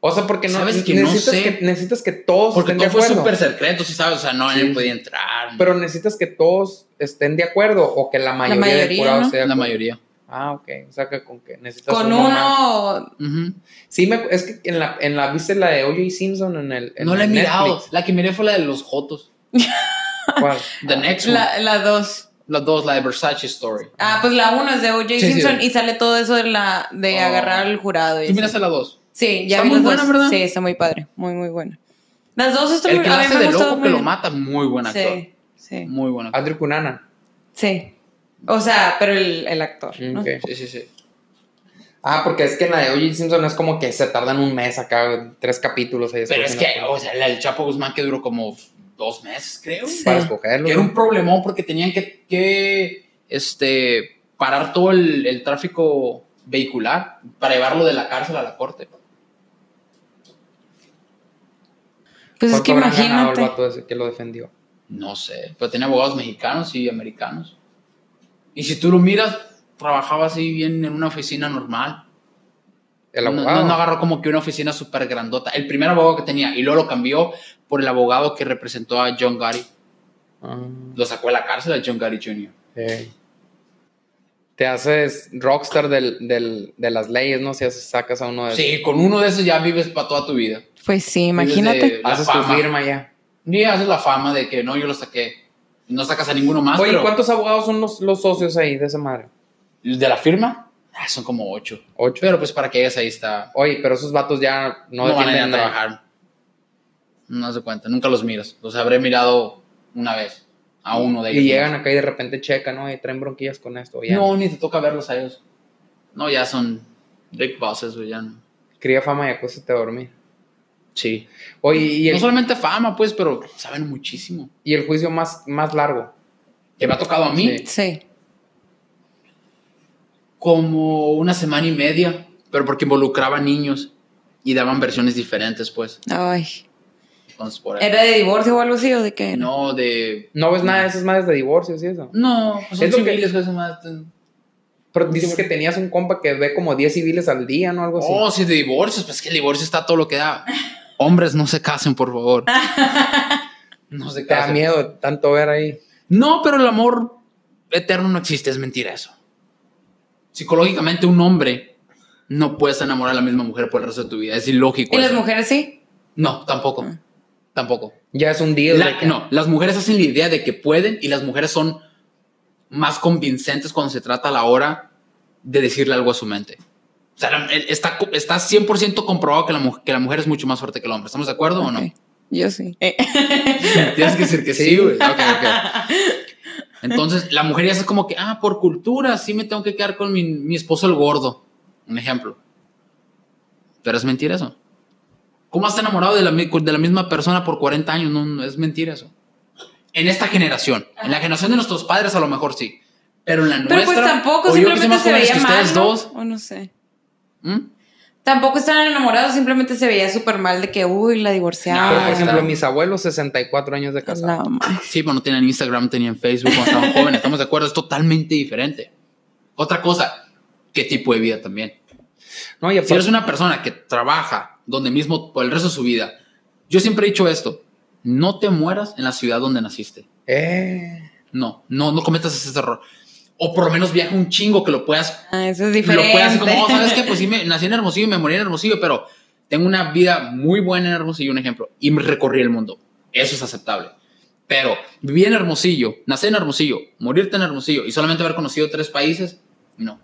B: O sea, porque no,
A: ¿Sabes que no
B: necesitas,
A: sé?
B: que, necesitas que todos
A: Porque
B: estén de
A: todo fue
B: acuerdo.
A: súper secreto, si sabes, o sea, no
B: Sí.
A: nadie podía entrar.
B: Pero necesitas que todos estén de acuerdo o que la mayoría, del
C: mayoría,
B: jurado
C: ¿no?
B: esté de
A: la
B: acuerdo.
A: mayoría.
B: Ah, ok. O sea, que con que necesitas
C: Con
B: uno más.
C: uno.
A: Ujú.
B: Sí, me, es que en la, en la viste la de OJ Simpson en el. en
A: No la he
B: el
A: mirado.
B: Netflix?
A: La que miré fue la de los Jotos.
B: ¿Cuál?
A: The Next One.
C: La, la dos.
A: Las dos, la de Versace Story.
C: Ah, pues la uno es de O.J.
A: Sí, sí,
C: Simpson
A: sí.
C: y sale todo eso de la de
A: Oh.
C: agarrar al jurado. y
A: ¿Tú
C: eso.
A: miras a la dos?
C: Sí, ya
A: Está
C: vi
A: muy
C: las
A: buena,
C: dos.
A: ¿verdad?
C: Sí, está muy padre, muy muy buena. Las dos están
A: El que
C: a
A: lo
C: mí
A: hace
C: me
A: de
C: gustó
A: loco que
C: muy
A: lo
C: bien.
A: mata, muy buen actor.
C: Sí, sí,
A: Muy buen actor.
B: Andrew Cunanan.
C: sí. O sea, pero el, el actor, ¿no?
B: Ok.
A: Sí, sí, sí.
B: Ah, porque es que en la de OJ Simpson es como que se tardan un mes acá, tres capítulos. Ahí
A: Pero es
B: escogiendo
A: que, o sea, el Chapo Guzmán que duró como dos meses, creo.
C: Sí.
B: Para escogerlo.
A: Que era
B: ¿no?
A: un problemón porque tenían que, que, este, parar todo el, el tráfico vehicular para llevarlo de la cárcel a la corte.
C: Pues es que
B: ¿Cuánto habrá ganado
C: imagínate.
B: el vato ese que lo defendió?
A: No sé, pero tenía abogados mexicanos y americanos. Y si tú lo miras, trabajaba así bien en una oficina normal.
B: El
A: No-
B: abogado.
A: No, no agarró como que una oficina súper grandota. El primer abogado que tenía, y luego lo cambió por el abogado que representó a John Gotti.
B: Ah,
A: Lo sacó de la cárcel a John Gotti Jr.
B: eh. Te haces rockstar del, del- de las leyes, ¿no? Si haces- sacas a uno de
A: Sí, con uno de esos ya vives para toda tu vida.
C: Pues sí, imagínate.
A: la
B: Haces tu
A: fama.
B: firma ya.
A: Y haces la fama de que no, yo lo saqué. No sacas a ninguno más.
B: Oye,
A: pero-
B: ¿cuántos abogados son los, los socios ahí de esa madre?
A: ¿De la firma? Ah, son como ocho.
B: ¿Ocho?
A: Pero pues para que llegues ahí está.
B: Oye, pero esos vatos ya no,
A: No, van a ir a
B: defienden nada.
A: trabajar. No se cuenta, nunca los miras. Los habré mirado una vez a uno de ellos.
B: Y llegan acá y de repente checan, ¿no? Y traen bronquillas con esto. Ya.
A: No, ni te toca verlos a ellos. No, ya son big bosses, güey, ya no.
B: Cría fama y acuéstate a dormir.
A: Sí.
B: Oye, y
A: No
B: el,
A: solamente fama, pues, pero saben muchísimo.
B: y el juicio más, más largo.
A: Que me ha tocado a mí
B: Sí.
C: Sí.
A: como una semana y media, pero porque involucraba niños y daban versiones diferentes, pues.
C: Ay.
A: Entonces, por ahí.
C: ¿Era de divorcio o algo así o de qué?
A: No, de.
B: ¿No ves nada de esas madres de divorcios y eso?
A: No, pues son
B: Es lo que-
A: civiles, güey, son más-
B: Pero dices que tenías un compa que ve como 10 civiles al día, ¿no? Algo así.
A: Oh, si de divorcios, pues que el divorcio está todo lo que da. Hombres, no se casen, por favor. No se
B: Te da
A: casen.
B: miedo de tanto ver ahí.
A: No, pero el amor eterno no existe, es mentira eso. Psicológicamente, un hombre no puedes enamorar a la misma mujer por el resto de tu vida. Es ilógico.
C: ¿Y las
A: eso.
C: mujeres sí?
A: No, tampoco.
C: Ah.
A: Tampoco.
B: Ya es un deal. de
A: La-
B: que-
A: no, las mujeres hacen la idea de que pueden y las mujeres son más convincentes cuando se trata a la hora de decirle algo a su mente. O sea, la- el- está, co- está 100% comprobado que la, mu- que la mujer es mucho más fuerte que el hombre. ¿Estamos de acuerdo o
C: Ok. Yo sí. Eh,
A: no? Tienes que decir que sí,
B: Sí.
A: güey. Ok, ok. Entonces, la mujer ya es como que, ah, por cultura, sí me tengo que quedar con mi, mi esposo el gordo. Un ejemplo. Pero es mentira eso. ¿Cómo has enamorado de la, mi- de la misma persona por 40 años? No, no, es mentira eso. En esta generación, en la generación de nuestros padres a lo mejor sí, pero en la
C: Pero pues
A: nuestra,
C: tampoco,
A: o yo que soy
C: simplemente
A: más
C: se
A: jóvenes
C: veía
A: que
C: mal.
A: ustedes
C: ¿no?
A: dos,
C: O no sé.
A: ¿Mm?
C: Tampoco estaban enamorados, simplemente se veía súper mal de que, uy, la divorciada.
B: Pero, por
A: Ah,
B: ejemplo,
A: está.
B: mis abuelos, 64 años de casados.
C: La ma-
A: Sí, pero no tenían Instagram, tenían Facebook cuando estaban jóvenes. Estamos de acuerdo, es totalmente diferente. Otra cosa, ¿qué tipo de vida también?
B: No, y
A: Si
B: aparte,
A: eres una persona que trabaja donde mismo por el resto de su vida, yo siempre he dicho esto: no te mueras en la ciudad donde naciste.
B: eh,
A: No, no, no cometas ese error. O por lo menos viaja un chingo que lo puedas.
C: Ah, eso es
A: Lo
C: diferente.
A: puedas hacer como, oh, ¿sabes qué? Pues sí, me, nací en Hermosillo y me morí en Hermosillo, pero tengo una vida muy buena en Hermosillo, un ejemplo, y me recorrí el mundo. Eso es aceptable. Pero vivir en Hermosillo, nacer en Hermosillo, morirte en Hermosillo y solamente haber conocido tres países, no.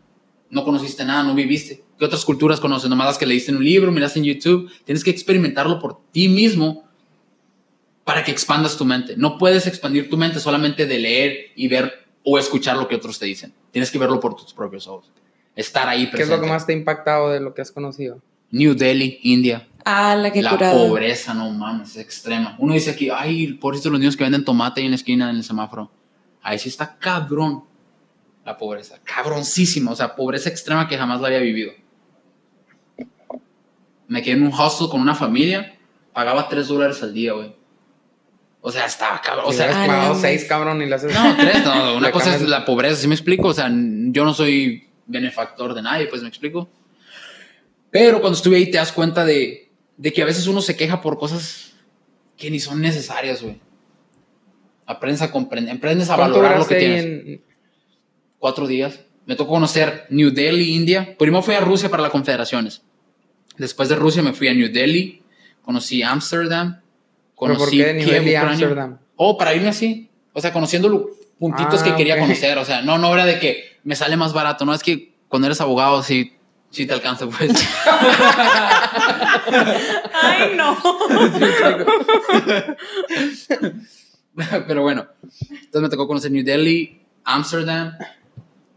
A: No conociste nada, no viviste. ¿Qué otras culturas conoces? Nomás las que leíste en un libro, miraste en YouTube. Tienes que experimentarlo por ti mismo para que expandas tu mente. No puedes expandir tu mente solamente de leer y ver o escuchar lo que otros te dicen. Tienes que verlo por tus propios ojos. Estar ahí
B: ¿qué es
A: presente.
B: lo que más te ha impactado de lo que has conocido?
A: New Delhi, India
C: Ah, la que
A: la
C: curada.
A: pobreza, no mames, es extrema. Uno dice aquí, ay, pobrecitos los niños que venden tomate ahí en la esquina, en el semáforo. Ahí sí está cabrón la pobreza, cabroncísima, o sea, pobreza extrema que jamás la había vivido. Me quedé en un hostel con una familia, pagaba 3 dólares al día, güey. O sea, estaba cabrón, o
B: O
A: sea,
B: sea,
C: Ah,
B: has
C: no,
B: pagado
C: no.
B: seis, cabrón, y le haces.
A: no, tres, no, una
B: Le
A: cosa es
B: cambias-
A: la pobreza, si me explico? O sea, n- yo no soy benefactor de nadie, pues me explico. Pero cuando estuve ahí te das cuenta de, de que a veces uno se queja por cosas que ni son necesarias, güey. Aprendes a comprender, aprendes a
B: ¿Cuánto
A: valorar lo
B: duraste
A: que
B: ahí
A: tienes.
B: en.?
A: Cuatro días. Me tocó conocer New Delhi, India. Primero fui a Rusia para las confederaciones. Después de Rusia me fui a New Delhi, conocí Ámsterdam,
B: ¿Pero por
A: conocí
B: qué
A: Kiev,
B: nivel de
A: Ucrania.
B: Ámsterdam?
A: Oh, para irme así. O sea, conociendo lu- puntitos
B: Ah,
A: que quería
B: ok.
A: conocer. O sea, no, no era de que me sale más barato. No es que cuando eres abogado sí, sí te alcanza, pues.
C: Ay, no.
A: Pero bueno. Entonces me tocó conocer New Delhi, Amsterdam,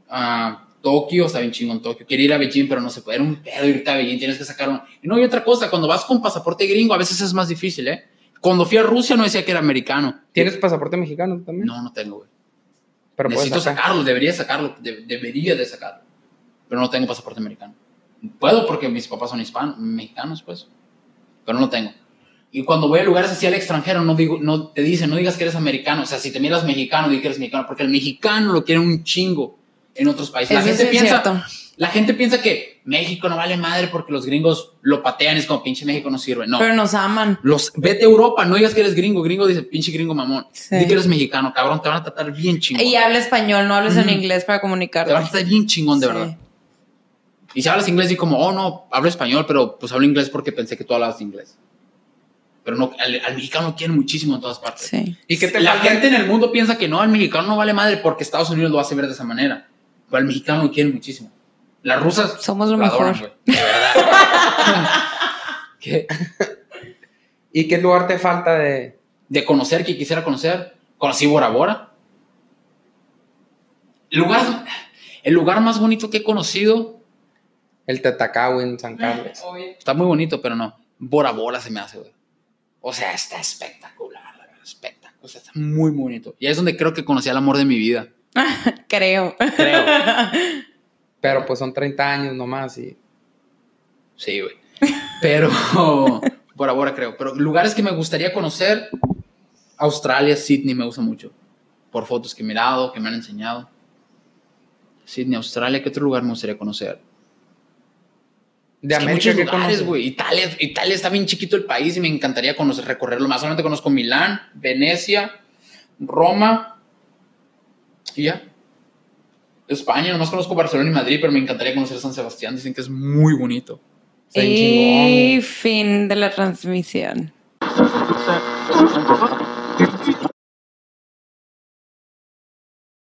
A: ah, Tokio. Está bien chingón Tokio. Quería ir a Beijing, pero no se puede. Era un pedo irte a Beijing. Tienes que sacar un... Y no, y otra cosa. Cuando vas con pasaporte gringo, a veces es más difícil, ¿eh? Cuando fui a Rusia no decía que era americano.
B: ¿Tienes pasaporte mexicano también?
A: No, no tengo, güey.
B: Pero puedes
A: Necesito
B: sacar.
A: sacarlo, debería sacarlo, de- debería de sacarlo. pero no tengo pasaporte americano. Puedo porque mis papás son hispanos, mexicanos, pues, pero no lo tengo. Y cuando voy a lugares así al extranjero, no, digo, no te dicen, no digas que eres americano. O sea, si te miras mexicano, di que eres mexicano, porque el mexicano lo quiere un chingo en otros países. La
C: Eso
A: gente
C: sí es
A: piensa,
C: cierto.
A: la gente piensa que México no vale madre porque los gringos lo patean, es como pinche México no sirve. No.
C: Pero nos aman.
A: los, vete a Europa, no digas que eres gringo. Gringo dice pinche gringo mamón.
C: Sí.
A: Di que eres mexicano, cabrón, te van a tratar bien chingón.
C: Y habla español, no hables en
A: Ujú.
C: inglés para
A: te
C: comunicarte.
A: van a tratar bien chingón, de
C: Sí.
A: verdad. Y si hablas inglés, y como, oh no, hablo español, pero pues hablo inglés porque pensé que tú hablabas inglés. Pero no, al, al mexicano lo quieren muchísimo en todas partes.
C: Sí.
B: ¿Y qué te
A: la
B: falta?
A: gente en el mundo piensa que no, el mexicano no vale madre porque Estados Unidos lo hace ver de esa manera. Pero al mexicano lo quieren muchísimo. Las rusas
C: Somos lo
A: lo adoran,
C: mejor.
A: güey, de verdad.
B: ¿Qué? ¿Y qué lugar te falta de...?
A: De conocer que quisiera conocer, conocí Bora Bora. El lugar, el lugar más bonito que he conocido
B: El Tetacao en San Carlos.
A: Está muy bonito, pero no. Bora Bora se me hace, güey. O sea, está espectacular, la verdad, espectacular. O sea, está muy muy bonito. Y ahí es donde creo que conocí al amor de mi vida.
C: Creo.
A: Creo.
B: Pero pues son 30 años nomás y...
A: Sí, güey. Pero Bora Bora creo. Pero lugares que me gustaría conocer, Australia, Sydney me gusta mucho. Por fotos que he mirado, que me han enseñado. Sydney, Australia, ¿qué otro lugar me gustaría conocer?
B: De
A: Es que
B: América,
A: muchos
B: ¿qué
A: lugares,
B: conoces?
A: güey. Italia, Italia está bien chiquito el país y me encantaría conocer, recorrerlo más. Solamente conozco Milán, Venecia, Roma y ya. España, nomás conozco Barcelona y Madrid, pero me encantaría conocer San Sebastián. Dicen que es muy bonito.
B: Está bien chingón,
C: Y
B: güey.
C: fin de la transmisión.